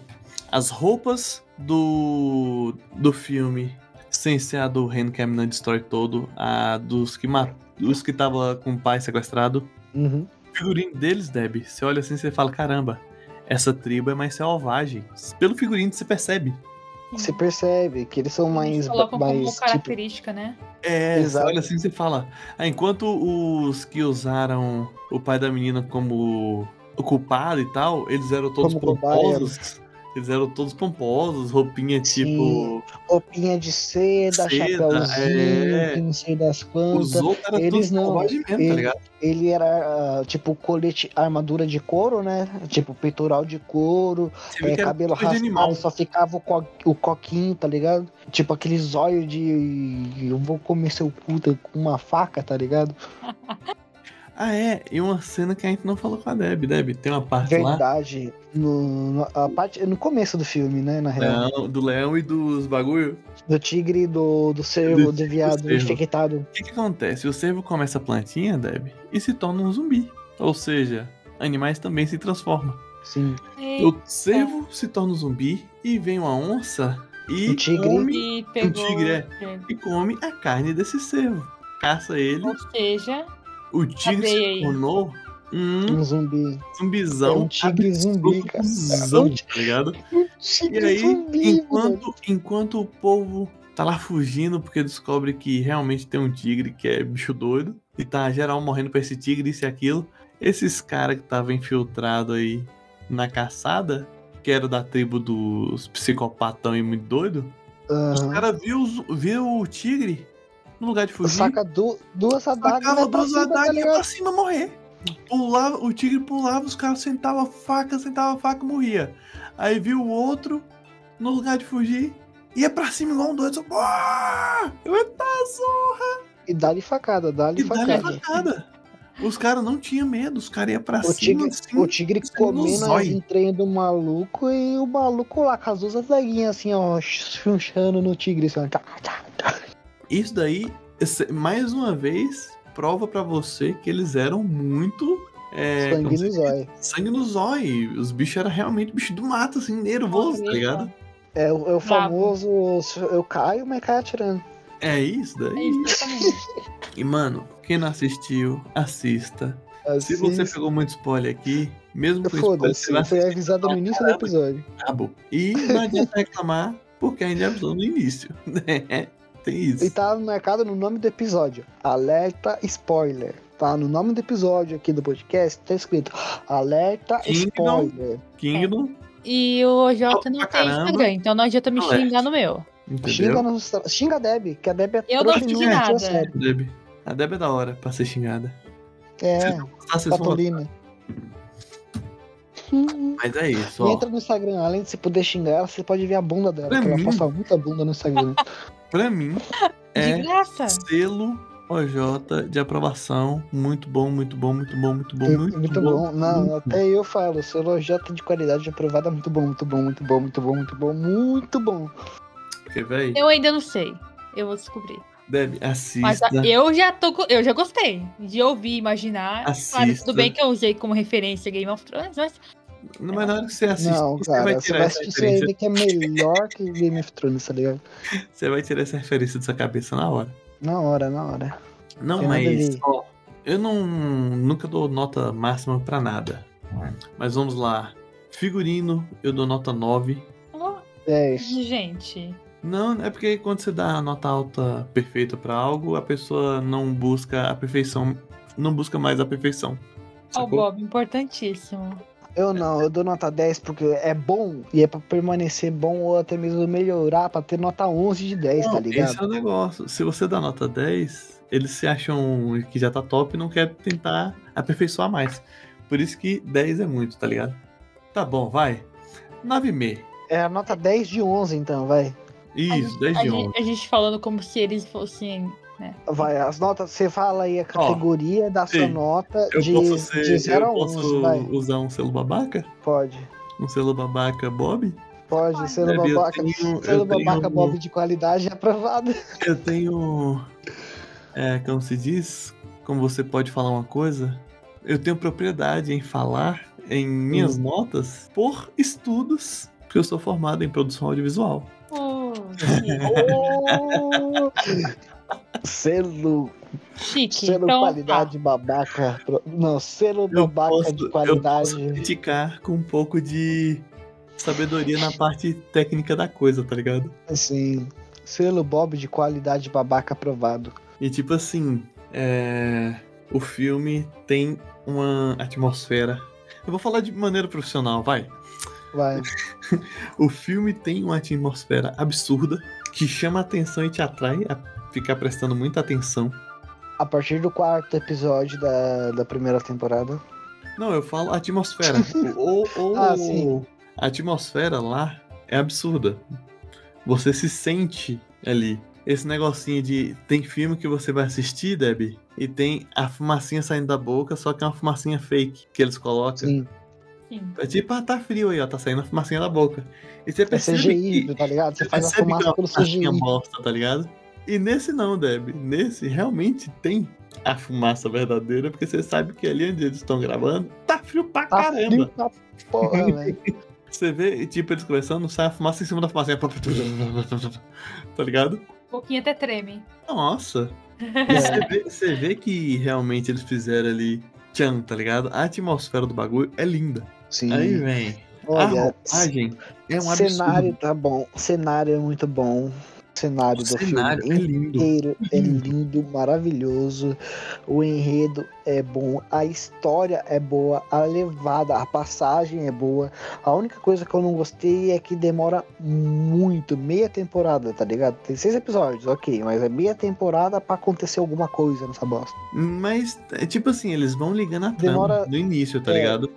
as roupas do. do filme, sem ser a do Ren Caminhão Destrói Todo, a dos que ma- dos que tava com o pai sequestrado. Uhum. O figurino deles, Deb, você olha assim e você fala: caramba, essa tribo é mais selvagem. Pelo figurino você percebe. Você percebe que eles são mais. Eles colocam mais tipo, como tipo, característica, né? É, Exato. você olha assim e você fala. Ah, enquanto os que usaram o pai da menina como o culpado e tal, eles eram todos Como é. pomposos. Eles eram todos pomposos, roupinha Sim. tipo. roupinha de seda, Seda, chapéuzinho, é. que não sei das Os quantas. outros eram eles todos não- selvagem mesmo, ele- tá ligado? Ele era ah, tipo colete, armadura de couro, né? Tipo peitoral de couro, Você é, vê que era cabelo coisa de animal. raspado, só ficava o, co- o coquinho, tá ligado? Tipo aquele zóio de eu vou comer seu puta com uma faca, tá ligado? Ah, é. E uma cena que a gente não falou com a Deb. Deb, tem uma parte lá. Verdade. No, no- a parte, no começo do filme, né? Na real. Não, do leão e dos bagulho. Do tigre e do, do cervo, Do- do viado, do cervo. infectado. O que, que acontece? O cervo come essa plantinha, Deb, e se torna um zumbi. Ou seja, animais também se transformam. Sim. E, O cervo se torna um zumbi e vem uma onça e Um tigre. come e pegou. tigre, é. pegou. e come a carne desse cervo. Caça ele, Ou seja, o tigre Cadeia se aí. tornou um Um zumbi. zumbizão. É um tigre zumbi, cara. absurdozão, É um tá ligado? E Tigre aí, zumbi, mano. enquanto, enquanto o povo tá lá fugindo porque descobre que realmente tem um tigre que é bicho doido e tá geral morrendo pra esse tigre, isso e aquilo, esses caras que estavam infiltrados aí na caçada, que era da tribo dos psicopatão e muito doido, os Aham. caras viu, os- viu o tigre no lugar de fugir, Saca du- duas adagas, sacava né? pra duas cima, tá adagas e ia ligado? pra cima morrer. Pulava, o tigre pulava, os caras sentavam a faca, sentavam a faca e morria. Aí viu o outro, no lugar de fugir, ia pra cima igual um doido. Só, "Ah, eu ia tá zorra! E dá-lhe facada, dá-lhe E dá-lhe facada. facada. Os caras não tinham medo, os caras iam pra O cima tigre, assim. o tigre assim, no comendo as zóio. entranhas do maluco e o maluco lá com as duas adaguinhas assim, ó, chunchando no tigre. Assim, ó, tá, tá, tá. Isso daí, esse- mais uma vez, prova pra você que eles eram muito. É, como Sangue se no diz? zóio. sangue no zóio. Os bichos eram realmente bicho do mato, assim, nervoso, tá Horrível. ligado? É, o, é o Bravo. famoso eu caio, mas cai atirando. É isso é daí. isso exatamente. E, mano, quem não assistiu, assista. Se Assim, você pegou muito spoiler aqui, mesmo com spoiler, Foda-se, você né? vai foi assistir avisado no início do caralho. episódio. cabo. E não adianta reclamar, porque ainda é no início. né? Tem E isso. tá marcado no nome do episódio. Alerta spoiler. Tá no nome do episódio aqui do podcast, tá escrito Alerta Sim, não. spoiler. Kingdom, E o Jota não Tá Pra tem caramba. é. Instagram, então não adianta me Alerte. xingar no meu. Xinga, entendeu? no, xinga a Deb, que a Deb é Eu não trouxa fiz e não nada. percebe. Deb. A Deb é da hora pra ser xingada. Vocês vão É, gostar, vocês vão gostar. Patolina. Mas é isso, ó. E entra no Instagram, além de você poder xingar ela, você pode ver a bunda dela, Pra porque ela mim? posta muita bunda no Instagram. Pra mim, é De graça. selo OJ de aprovação. Muito bom, muito bom, muito bom, muito bom, muito, bom. É Não, até eu falo, seu elogio é de qualidade aprovada, muito bom, muito bom, muito bom, muito bom, muito bom, muito bom. Porque, véi, Eu ainda não sei. Eu vou descobrir. Deb, assista. Mas a- eu já tô. co- Eu já gostei de ouvir, imaginar. Claro, Assista. tudo bem que eu usei como referência Game of Thrones, mas Não, mas na hora que você assiste, Não, você vai cara, você tirar vai essa assistir isso aí referência. ver que é melhor que Game of Thrones, tá ligado? Você vai tirar essa referência da sua cabeça na hora. Na hora, na hora. Não, Tem nada mas ali. ó, eu não nunca dou nota máxima pra nada. Mas vamos lá. Figurino, eu dou nota 9. Ó, 10. gente. Não, é porque quando você dá a nota alta perfeita pra algo, a pessoa não busca a perfeição, não busca mais a perfeição. Ó, o sacou? Bob, importantíssimo. Eu não, eu dou nota 10 porque é bom e é pra permanecer bom ou até mesmo melhorar pra ter nota 11 de 10, tá Não, ligado? Esse é o negócio. Se você dá nota 10, eles se acham que já tá top e não quer tentar aperfeiçoar mais. Por isso que 10 é muito, tá ligado? Tá bom, vai. 9,5. É a nota 10 de 11 então, vai. Isso, a, 10 de 11. gente, a gente falando como se eles fossem. Vai, as notas, você fala aí a categoria da sua sim. nota Eu de, posso, ser- de 0 eu a posso 11, vai. usar um selo babaca? Pode, Um selo babaca Bob? pode, sendo Bebe, Ah, eu babaca. tenho- Sendo eu tenho- um babaca Bob de qualidade é aprovado. Eu tenho. É, como se diz? Como você pode falar uma coisa? Eu tenho propriedade em falar em Hum. minhas notas por estudos, porque eu sou formado em produção audiovisual. Oh, Oh! Selo, chique. selo então, qualidade babaca. Não, selo Eu babaca posso- é de Eu posso qualidade. criticar com um pouco de sabedoria na parte técnica da coisa, tá ligado? Assim, selo Bob de qualidade babaca aprovado. E tipo assim, é, o filme tem uma atmosfera. Eu vou falar de maneira profissional, vai. Vai. O filme tem uma atmosfera absurda que chama a atenção e te atrai a ficar prestando muita atenção. A partir do quarto episódio da, da primeira temporada. Não, eu falo atmosfera. ou, ou- Ah, sim. A atmosfera lá é absurda. Você se sente ali. Esse negocinho de tem filme que você vai assistir, Debbie, e tem a fumacinha saindo da boca, só que é uma fumacinha fake que eles colocam. Sim. Sim. um É tipo, ah, tá frio aí, ó, tá saindo a fumacinha da boca. E você É percebe que, CGI, tá ligado? você Você faz a percebe que é fumaça uma pelo fumacinha CGI. bosta, tá ligado? E nesse não, Deb. Nesse realmente tem a fumaça verdadeira, porque você sabe que ali onde eles estão gravando, tá frio pra Tá caramba. frio pra porra, velho. Você vê, e, tipo, eles conversando, sai a fumaça em cima da fumacinha. Tá ligado? Um pouquinho até treme. Nossa. E Você vê, você vê que realmente eles fizeram ali tchan, tá ligado? A atmosfera do bagulho é linda. Sim. Aí vem. A Olha, roupagem é um absurdo. cenário tá bom. Cenário é muito bom. Cenário o do cenário é filme lindo. inteiro é lindo, maravilhoso. O enredo é bom, a história é boa, a levada, a passagem é boa. A única coisa que eu não gostei é que demora muito, meia temporada, tá ligado? Tem seis episódios, ok, mas é meia temporada pra acontecer alguma coisa nessa bosta. Mas, é tipo assim, eles vão ligando a trama Demora- do início, tá É. ligado?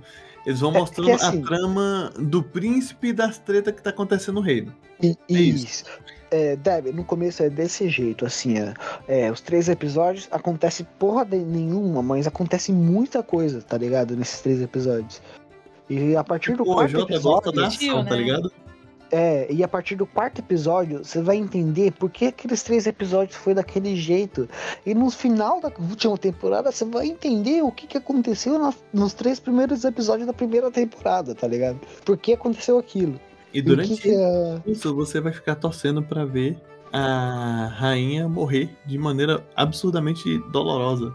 Eles vão É, mostrando porque assim- a trama do príncipe e das tretas que tá acontecendo no reino. E, É isso. isso. É, Deb, no começo é desse jeito, assim, ó. É, os três episódios acontece porra de nenhuma, mas acontece muita coisa, tá ligado? Nesses três episódios. E a partir do Tipo, O OJ Tipo, quarto gosta episódio, da ação, tá né? ligado? É, e a partir do quarto episódio, você vai entender por que aqueles três episódios foi daquele jeito. E no final da última temporada, você vai entender o que, que aconteceu na- nos três primeiros episódios da primeira temporada, tá ligado? Por que aconteceu aquilo? E E durante o que que é- isso, você vai ficar torcendo pra ver a rainha morrer de maneira absurdamente dolorosa.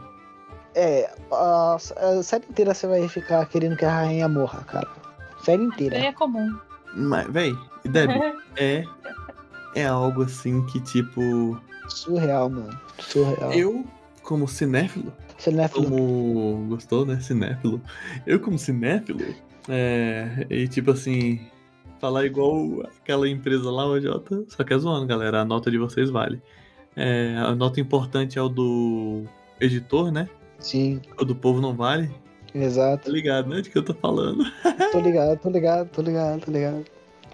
É, a, a série inteira você vai ficar querendo que a rainha morra, cara. Série Isso aí inteira. é comum. Mas, véi, Debbie, é, é algo assim que, tipo, Surreal, mano. Surreal. eu, como cinéfilo, Você não é filho. como gostou, né? Cinéfilo. Eu, como cinéfilo, é. E tipo assim, falar igual aquela empresa lá, o Jota. Só que é zoando, galera. A nota de vocês vale. É, a nota importante é o do editor, né? Sim, O do povo não vale. Tá exato. ligado, né? De que eu tô falando. Tô ligado, tô ligado, tô ligado, tô ligado.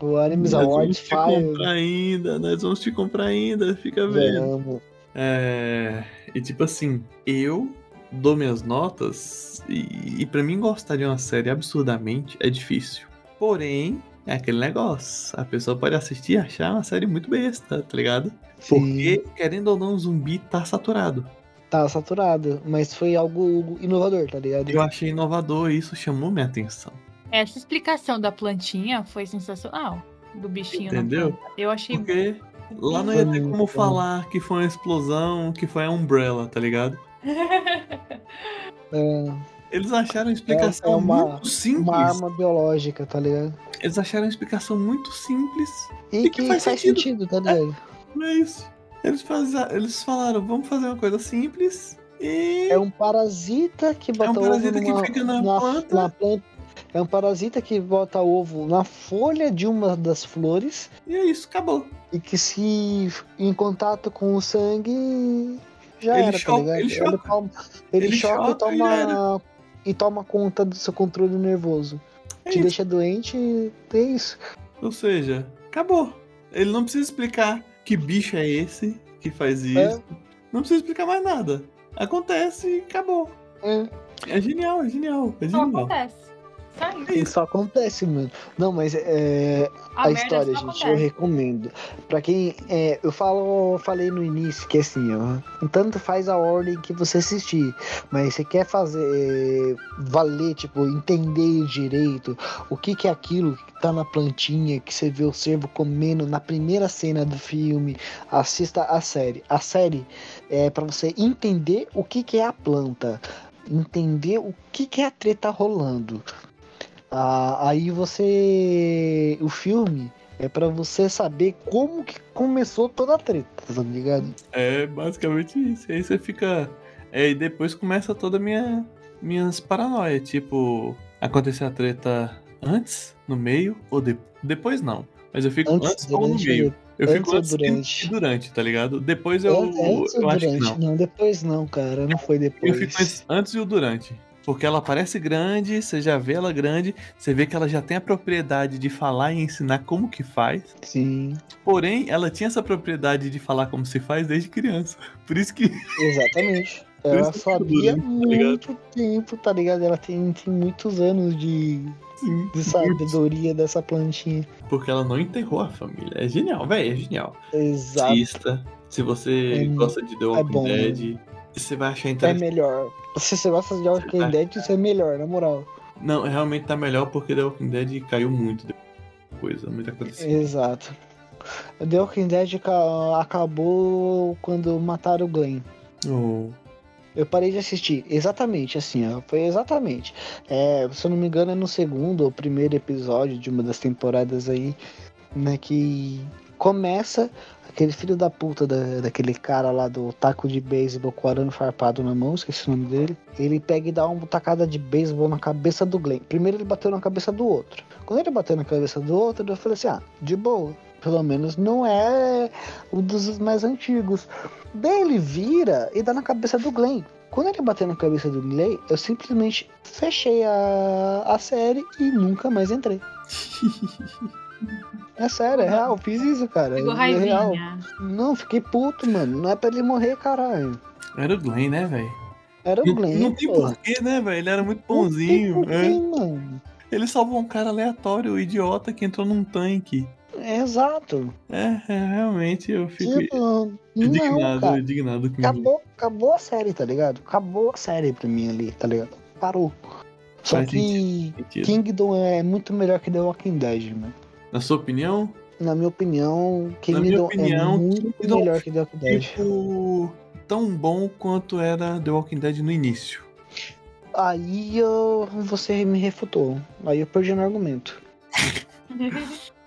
O Animes nós Award vamos te Fire. comprar ainda, nós vamos te comprar ainda, fica vendo. Amo. É, e tipo assim, eu dou minhas notas e, e para mim gostar de uma série absurdamente é difícil. Porém, é aquele negócio. A pessoa pode assistir e achar uma série muito besta, tá ligado? Sim, Porque, querendo ou não, o zumbi tá saturado. tá saturado, mas foi algo inovador, tá ligado? Eu achei inovador e isso chamou minha atenção. Essa explicação da plantinha foi sensacional. Do bichinho na Entendeu? planta. Eu achei Porque lá não ia ter como falar que foi uma explosão, que foi a Umbrella, tá ligado? É, Eles acharam a explicação é uma- muito simples. uma arma biológica, tá ligado? Eles acharam a explicação muito simples E E que, que faz faz, sentido. tá ligado? Não é isso. Eles, faz- eles falaram, vamos fazer uma coisa simples e. É um parasita que bota É um parasita ovo que numa, fica na planta. planta. É um parasita que bota ovo na folha de uma das flores E é isso, acabou. e que se f- em contato com o sangue já Ele era, choca, tá ligado? ele choca. toma, ele Ele choca choca e e toma e toma conta do seu controle nervoso. É Te isso. deixa doente e é isso. Ou seja, acabou. Ele não precisa explicar que bicho é esse que faz isso. É. Não precisa explicar mais nada. Acontece e acabou. É. É genial, é genial, é Não genial. acontece. Só isso. Isso só acontece, mano. Não, mas é, A, a, merda história, só gente, eu acontece. recomendo. Pra quem. é, eu falo, falei no início que assim, ó. Tanto faz a ordem que você assistir. Mas você quer fazer. é, valer, tipo, entender direito o que, que é aquilo que tá na plantinha, que você vê o cervo comendo na primeira cena do filme. Assista a série. A série é pra você entender o que, que é a planta. Entender o que, que é a treta rolando. Ah, aí você. O filme é pra você saber como que começou toda a treta, tá ligado? É basicamente isso. Aí você fica. Aí depois começa toda a minha minhas paranoia, tipo, acontecer a treta antes, no meio ou de- depois não. Mas eu fico antes, ou no meio. Eu antes fico ou antes e- durante? e durante, tá ligado? Depois eu, antes eu ou acho que durante? não. não. depois não, cara. Não foi depois. Eu fico antes, antes e o durante. Porque ela parece grande, você já vê ela grande, você vê que ela já tem a propriedade de falar e ensinar como que faz. Sim, Porém, ela tinha essa propriedade de falar como se faz desde criança. Por isso que exatamente. Por Ela isso que eu fico sabia durante, tá ligado? muito tempo, tá ligado? Ela tem, tem muitos anos de, sim, de sabedoria dessa plantinha. porque ela não enterrou a família. É genial, velho, é genial. Exato. Assista. Se você É mu- gosta de The Walking bom, né? Dead, você vai achar É interessante. melhor. Se você gosta de Walking Dead, isso é melhor, na moral. Não, realmente tá melhor porque The Walking Dead caiu muito. de Coisa, muita coisa assim. Exato. The Walking Dead aca- acabou quando mataram o Glenn. Oh, Eu parei de assistir, exatamente assim, ó, foi exatamente. É, se eu não me engano, é no segundo ou primeiro episódio de uma das temporadas aí, né, que começa aquele filho da puta da- daquele cara lá do taco de beisebol com o arame farpado na mão, esqueci o nome dele. Ele pega e dá uma tacada de beisebol na cabeça do Glenn. Primeiro ele bateu na cabeça do outro. Quando ele bateu na cabeça do outro, eu falei assim, ah, de boa. Pelo menos não é um dos mais antigos. Daí ele vira e dá na cabeça do Glenn. Quando ele bateu na cabeça do Glenn, eu simplesmente fechei a, a série e nunca mais entrei. É sério, é real, eu fiz isso, cara. Pegou é real. raivinha. né? Não, fiquei puto, mano. Não é pra ele morrer, caralho. era o Glenn, né, velho? Era o Não, Glenn. não tem pô. porquê, né, velho? Ele era muito Não tem bonzinho. porquê, né? mano. Ele salvou um cara aleatório, idiota, que entrou num tanque. Exato. É, é, realmente eu fico Tipo, não, indignado, né? cara. indignado com ele. Acabou, acabou a série, tá ligado? Acabou a série pra mim ali, tá ligado? Parou. Só Faz que Kingdom é muito melhor que The Walking Dead, mano. Na sua opinião, Na minha opinião, Kingdom minha é opinião, muito Kingdom melhor que The Walking Dead. tipo, tão bom quanto era The Walking Dead no início. Aí eu, você me refutou. Aí eu perdi no argumento.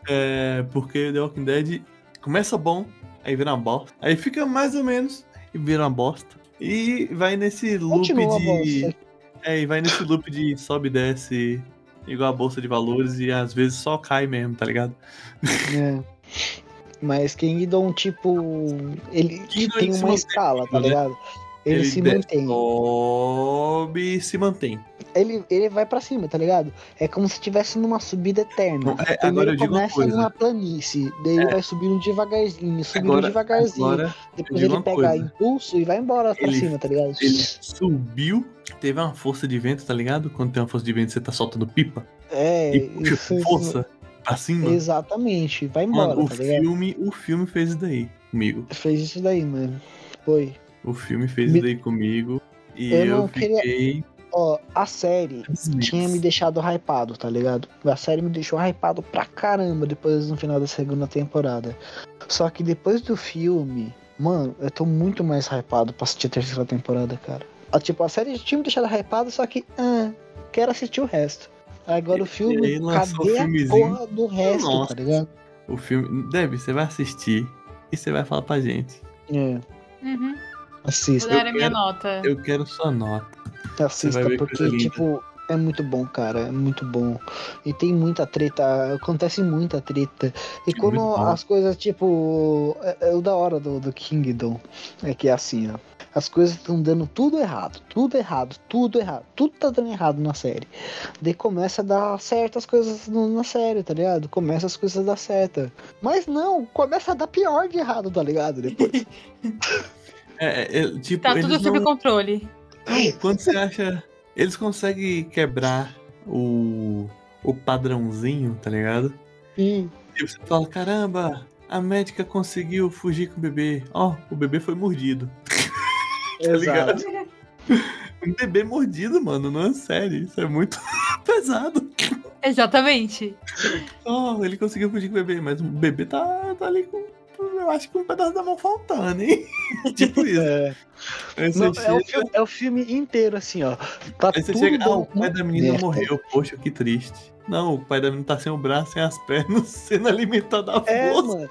É, porque The Walking Dead começa bom, aí vira uma bosta. Aí fica mais ou menos e vira uma bosta. E vai nesse loop Continua a de. bosta. É, e vai nesse loop de sobe e desce, igual a bolsa de valores, e às vezes só cai mesmo, tá ligado? É. Mas Kingdom, tipo, ele Kingdom, tem ele se uma mantém, escala, tá né? ligado? Ele, se desce, mantém. Sobe e se mantém. Ele, ele vai pra cima, tá ligado? É como se estivesse numa subida eterna. Não, é, Primeiro agora eu digo uma começa um coisa. É. numa planície, daí ele vai subindo devagarzinho, subindo Agora- devagarzinho. Agora Depois digo ele uma pega coisa. impulso e vai embora pra Ele- cima, tá ligado? ele subiu, teve uma força de vento, tá ligado? Quando tem uma força de vento, você tá soltando pipa É, e puxa isso, força pra cima. exatamente, vai embora, Mano, o tá ligado? filme, o filme fez isso daí comigo. Fez isso daí, mano. Foi. O filme fez Me- isso daí comigo. E Eu eu, não queria- fiquei. Ó, a série tinha me deixado hypado, tá ligado? A série me deixou hypado pra caramba depois no final da segunda temporada. Só que depois do filme, mano, eu tô muito mais hypado pra assistir a terceira temporada, cara. Ah, Tipo, a série já tinha me deixado hypado, só que, ah, quero assistir o resto. Agora o aí filme, lançou o cadê a filmezinho. porra do resto, Nossa. tá ligado? O filme. Deb, você vai assistir e você vai falar pra gente. É, Uhum. Vou assista, dar a minha quero- nota. Eu quero sua nota. vai assista, ver porque, coisa linda. tipo, é muito bom, cara, é muito bom. E tem muita treta, acontece muita treta. E quando É muito bom. as coisas, tipo, é, é o da hora do, do Kingdom, é que é assim, ó. As coisas estão dando tudo errado, tudo errado, tudo errado, tudo tá dando errado na série. Daí começa a dar certas coisas no- na série, tá ligado? Começa as coisas a dar certa. Mas não, começa a dar pior de errado, tá ligado? Depois. É, é, é, tipo, Tá eles tudo sob não- controle. Não, quando você acha. Eles conseguem quebrar o, o padrãozinho, tá ligado? Hum, E você fala: caramba, a médica conseguiu fugir com o bebê. Ó, o bebê foi mordido. Tá ligado? exato. Um bebê mordido, mano, não é sério. Isso é muito pesado. Exatamente. Ó, ele conseguiu fugir com o bebê, mas o bebê tá, tá ali com. eu acho que um pedaço da mão faltando, hein? tipo isso. É, Aí você não, é, chega- o filme, é o filme inteiro, assim, ó. Tá Aí você tudo chega, ah, bom. o pai da menina Merda. morreu, poxa, que triste. Não, o pai da menina tá sem o braço, sem as pernas, sendo alimentado à É, força. mano.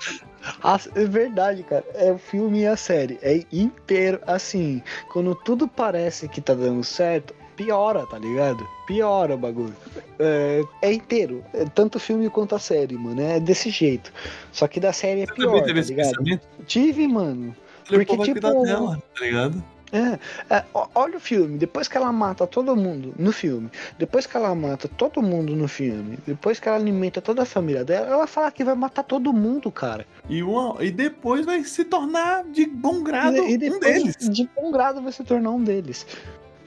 A- é verdade, cara. É o filme e a série. É inteiro assim. Quando tudo parece que tá dando certo, piora, tá ligado? Piora o bagulho. É, é inteiro. É tanto o filme quanto a série, mano. É desse jeito. Só que da série é Você pior, também tá teve esse ligado? pensamento? Tive, mano. Falei, pô, Porque, vai tipo, cuidar dela, tá ligado? É, é, ó- olha o filme, depois que ela mata todo mundo no filme, depois que ela mata todo mundo no filme, depois que ela alimenta toda a família dela, ela fala que vai matar todo mundo, cara. E, uma, e depois vai se tornar de bom grado E- e um depois, deles. De bom grado vai se tornar um deles.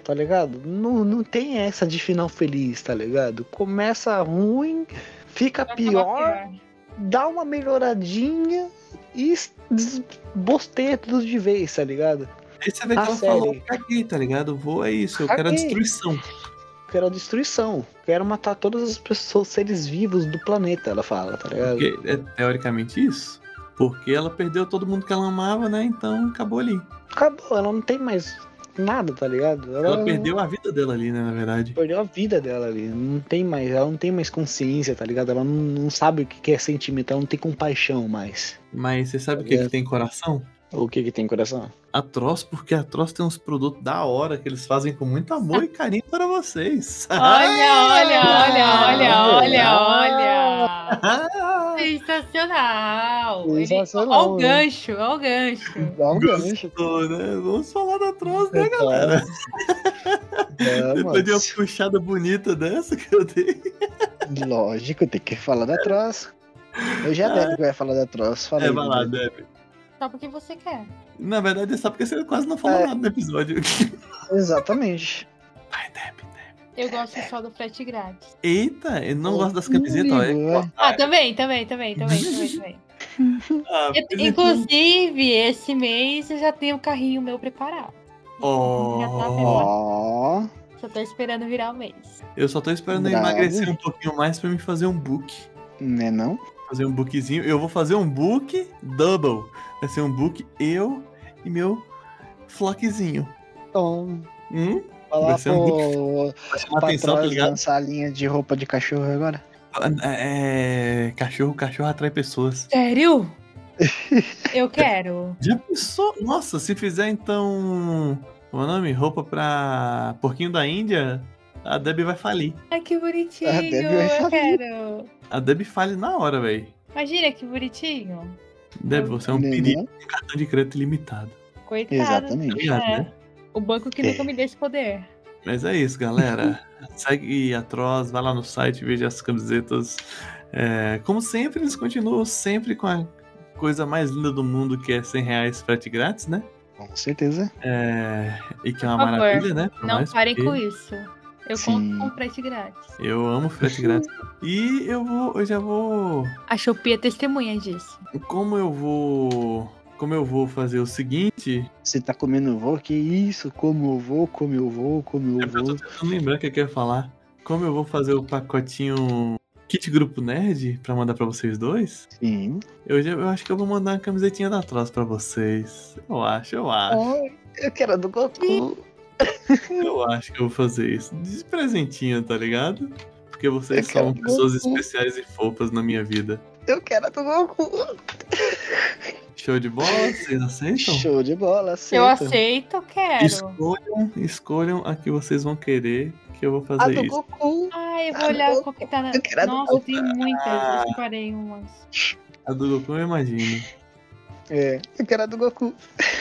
Tá ligado? Não, não tem essa de final feliz, tá ligado? Começa ruim, fica Vai acabar pior, pior. dá uma melhoradinha e s- desbosteia tudo de vez, tá ligado? Aí você vê que A ela falou, série. caguei, tá ligado? Vou é isso, eu quero a Caguei. destruição. Quero a destruição. Quero matar todas as pessoas, seres vivos do planeta, ela fala, tá ligado? Porque é teoricamente isso. Porque ela perdeu todo mundo que ela amava, né? Então acabou ali. Acabou, ela não tem mais nada, tá ligado? Ela perdeu a vida dela ali, né? Na verdade. perdeu a vida dela ali. Não tem mais, ela não tem mais consciência, tá ligado? Ela não, não sabe o que que é sentimento, ela não tem compaixão mais. Mas você sabe o que, É. que tem coração? O que que tem coração? Atroz, porque Atroz tem uns produtos da hora que eles fazem com muito amor e carinho para vocês. Olha, olha, olha, olha, olha, olha. Ah! Sensacional. Sensacional, Olha o né? gancho, olha o gancho. Dá um gancho. Gostou, né? Vamos falar da Atroz, né, É, galera? É, Depois de uma mas, puxada bonita dessa que eu dei. um- lógico, tem que falar da Troz. Eu já deve que vai falar da Troz. Falei, É, vai lá, né? Deb. Só porque você quer. Na verdade, é só porque você quase não falou É. nada no episódio. Exatamente. Vai, Deb. Eu gosto só do frete grátis. Eita, eu não gosto das camisetas, ó. É Amigo, Ah, também, também, também, também, também, também. Ah, Eu- é, Inclusive, esse mês eu já tenho o carrinho meu preparado. Já tá preparado. Ó, Só tô esperando virar o mês. eu só tô esperando eu Bravo. emagrecer um pouquinho mais pra me fazer um book. né não? Fazer um bookzinho. Eu vou fazer um book double. Vai ser um book eu e meu floquezinho. Então, Hum? falar Vai ser um pro Vai chamar pra né? atenção, tá Troz ligado? lançar a linha de roupa de cachorro agora. É, cachorro, cachorro atrai pessoas. Sério? Eu quero. Já pensou? Nossa, se fizer então. Como é o nome? Roupa pra porquinho da Índia, a Deb vai falir. Ai, que bonitinho. Ah, Debbie vai Eu fazer. quero. A Deb fale na hora, velho. Imagina que bonitinho. Deb, você é um Né, perigo não? cartão de crédito limitado. Coitado. Tá Exatamente. ligado, É. né? O banco que nunca me deu esse poder. Mas é isso, galera. Segue Atroz, vai lá no site, veja as camisetas. É, como sempre, eles continuam sempre com a coisa mais linda do mundo, que é 100 reais frete grátis, né? Com certeza. É, e que é uma Por favor, maravilha, né? Pra Não nós, parem porque com isso. Eu Sim. conto com frete grátis. Eu amo frete grátis. E eu vou, eu já vou A Shopee é testemunha disso. Como eu vou. Como eu vou fazer o seguinte. Você tá comendo vô? Que isso? Como eu vou, como eu vou, como É eu porque eu tô vou. tentando lembrar o que eu quero falar. Como eu vou fazer o pacotinho Kit Grupo Nerd pra mandar pra vocês dois, Sim. eu, já, eu acho que eu vou mandar uma camisetinha da Troz pra vocês. Eu acho, eu acho. eu quero a do Goku. Eu acho que eu vou fazer isso. De presentinho, tá ligado? Porque vocês Eu quero são pessoas muito. especiais e fofas na minha vida. Eu quero a do Goku. Show de bola? Vocês aceitam? Show de bola, aceito. Eu aceito, eu quero. Escolham, escolham a que vocês vão querer que eu vou A fazer do isso. Goku. Ai, eu vou Ah, olhar não. qual que tá na. Eu quero a do Nossa, tem muitas. Eu separei umas. A do Goku eu imagino. É, eu quero a do Goku.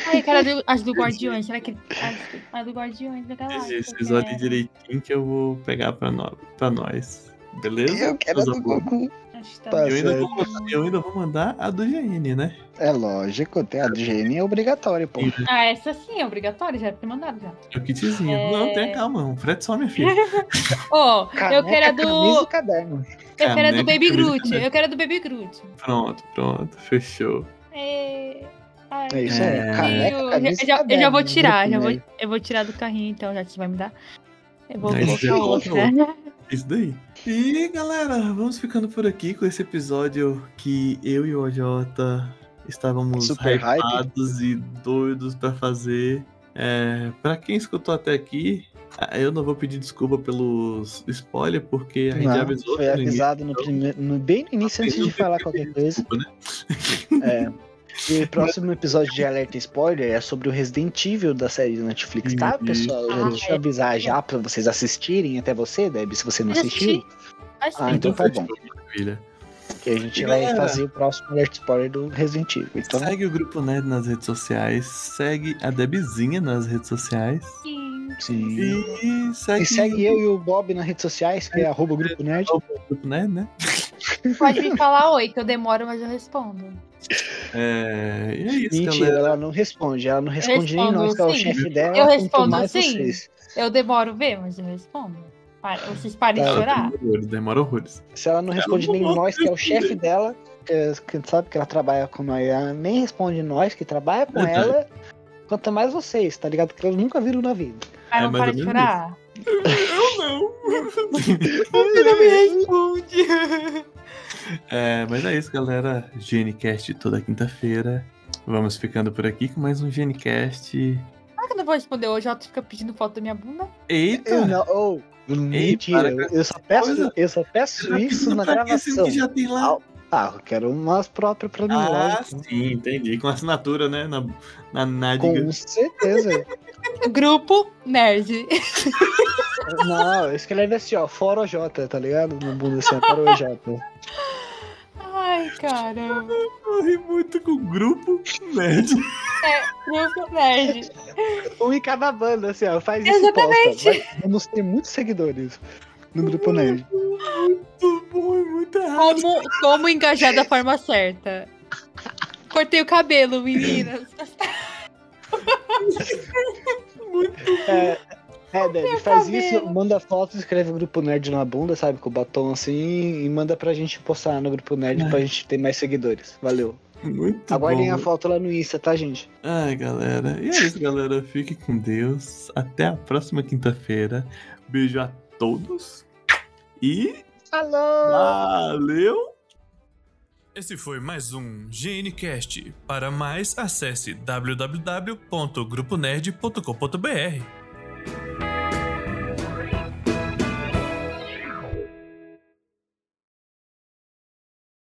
Ai, eu quero a do- as do Guardiões. Será que. as- A do Guardiões da Galáxia. é Gente, vocês olhem quero. direitinho que eu vou pegar pra, nó- pra nós. Beleza? Eu quero a Meus do amores? Goku. Acho que tá Tá Eu ainda, certo. vou mandar, eu ainda vou mandar a do GN, né? É lógico, tem a do GN é obrigatório, pô. Ah, essa sim é obrigatória, já era pra ter mandado já. É O kitzinho. É. Não, tenha calma, um frete só, minha filha. Ó, eu quero a Caneca, camisa e do. caderno. Eu quero a Caneca, do Baby camisa, Groot. caneca. Eu quero a do Baby Groot. Pronto, pronto, fechou. É. Ai, É isso É. aí. Caneca, eu, camisa já- e eu já, eu já caderno. vou tirar, já Goku, vou, né? eu vou tirar do carrinho então, já que você vai me dar. Eu vou Aí você colocar coloca outro, né? Isso daí. E galera, vamos ficando por aqui com esse episódio que eu e o OJ Estávamos Super hype. hypados e doidos pra fazer. É, para quem escutou até aqui, ah, eu não vou pedir desculpa pelos spoiler, porque a gente Não, avisou. foi né, ninguém- avisado no primeiro, no- bem no início, antes de falar qualquer coisa. Desculpa, né? É. E o próximo episódio de Alerta Spoiler é sobre o Resident Evil da série da Netflix, tá, Uhum. pessoal? Ah, Deixa eu avisar já pra vocês assistirem, até você, Deb, se você não Eu assisti. assistiu, Mas Ah, sim. então tá bom. fechou, maravilha. que a gente E vai galera? fazer o próximo Alerta Spoiler do Resident Evil. Então, Segue o Grupo Nerd nas redes sociais, segue a Debzinha nas redes sociais. sim. E segue, E segue eu e o Bob nas redes sociais, que é arroba Grupo Nerd. o Grupo Nerd, né? Pode vir falar oi, que eu demoro, mas eu respondo. É, e é isso, Mentira, galera. ela não responde. Ela não responde nem respondo nós, que é o sim. chefe dela. Eu quanto respondo mais sim. vocês. Eu demoro ver, mas eu respondo. Para- Vocês parem de Tá. chorar. Demora horrores, demora horrores. Se ela não responde não nem vou nós, que é o responder. chefe dela, que, é- que sabe que ela trabalha com ela, ela nem responde nós, que trabalha com Verdade. ela, quanto mais vocês, tá ligado? Que eles nunca viram na vida. Ah, É não mais para ou de menos chorar. Eu não. Você não me responde. É, mas é isso, galera. GNCast toda quinta-feira. Vamos ficando por aqui com mais um GNCast. Será que eu não vou responder hoje? Ela fica pedindo foto da minha bunda. Eu Eita! não, oh, mentira, para com eu só peço, coisa. eu só peço isso na Tá Pra que gravação. que já tem lá? Ah, eu quero umas próprias pra mim, Ah, lógico. sim, entendi. Com assinatura, né? Na, na nádega. Com certeza. Grupo Nerd. Não, escreve assim, ó, fora o J, tá ligado? No mundo assim, ó, fora o J. Ai, caramba. Eu ri muito com o grupo nerd. Grupo Nerd. Um em cada banda, assim, ó. Faz isso Exatamente. posta. Vai- Vamos ter muitos seguidores no grupo Nerd. Muito bom e muito errado. Como, como engajar da forma certa. Cortei o cabelo, meninas. É, é Deb, faz cabelo. isso, manda foto, escreve o grupo Nerd na bunda, sabe? Com o batom assim, e manda pra gente postar no grupo Nerd pra gente ter mais seguidores. Valeu. Muito Aguardem Tá bom. a foto lá no Insta, tá, gente? Ai, galera. E é isso, galera. Fique com Deus. Até a próxima quinta-feira. Beijo a todos. E Alô! valeu! Esse foi mais um GNCast. Para mais, acesse www.gruponerd.com.br.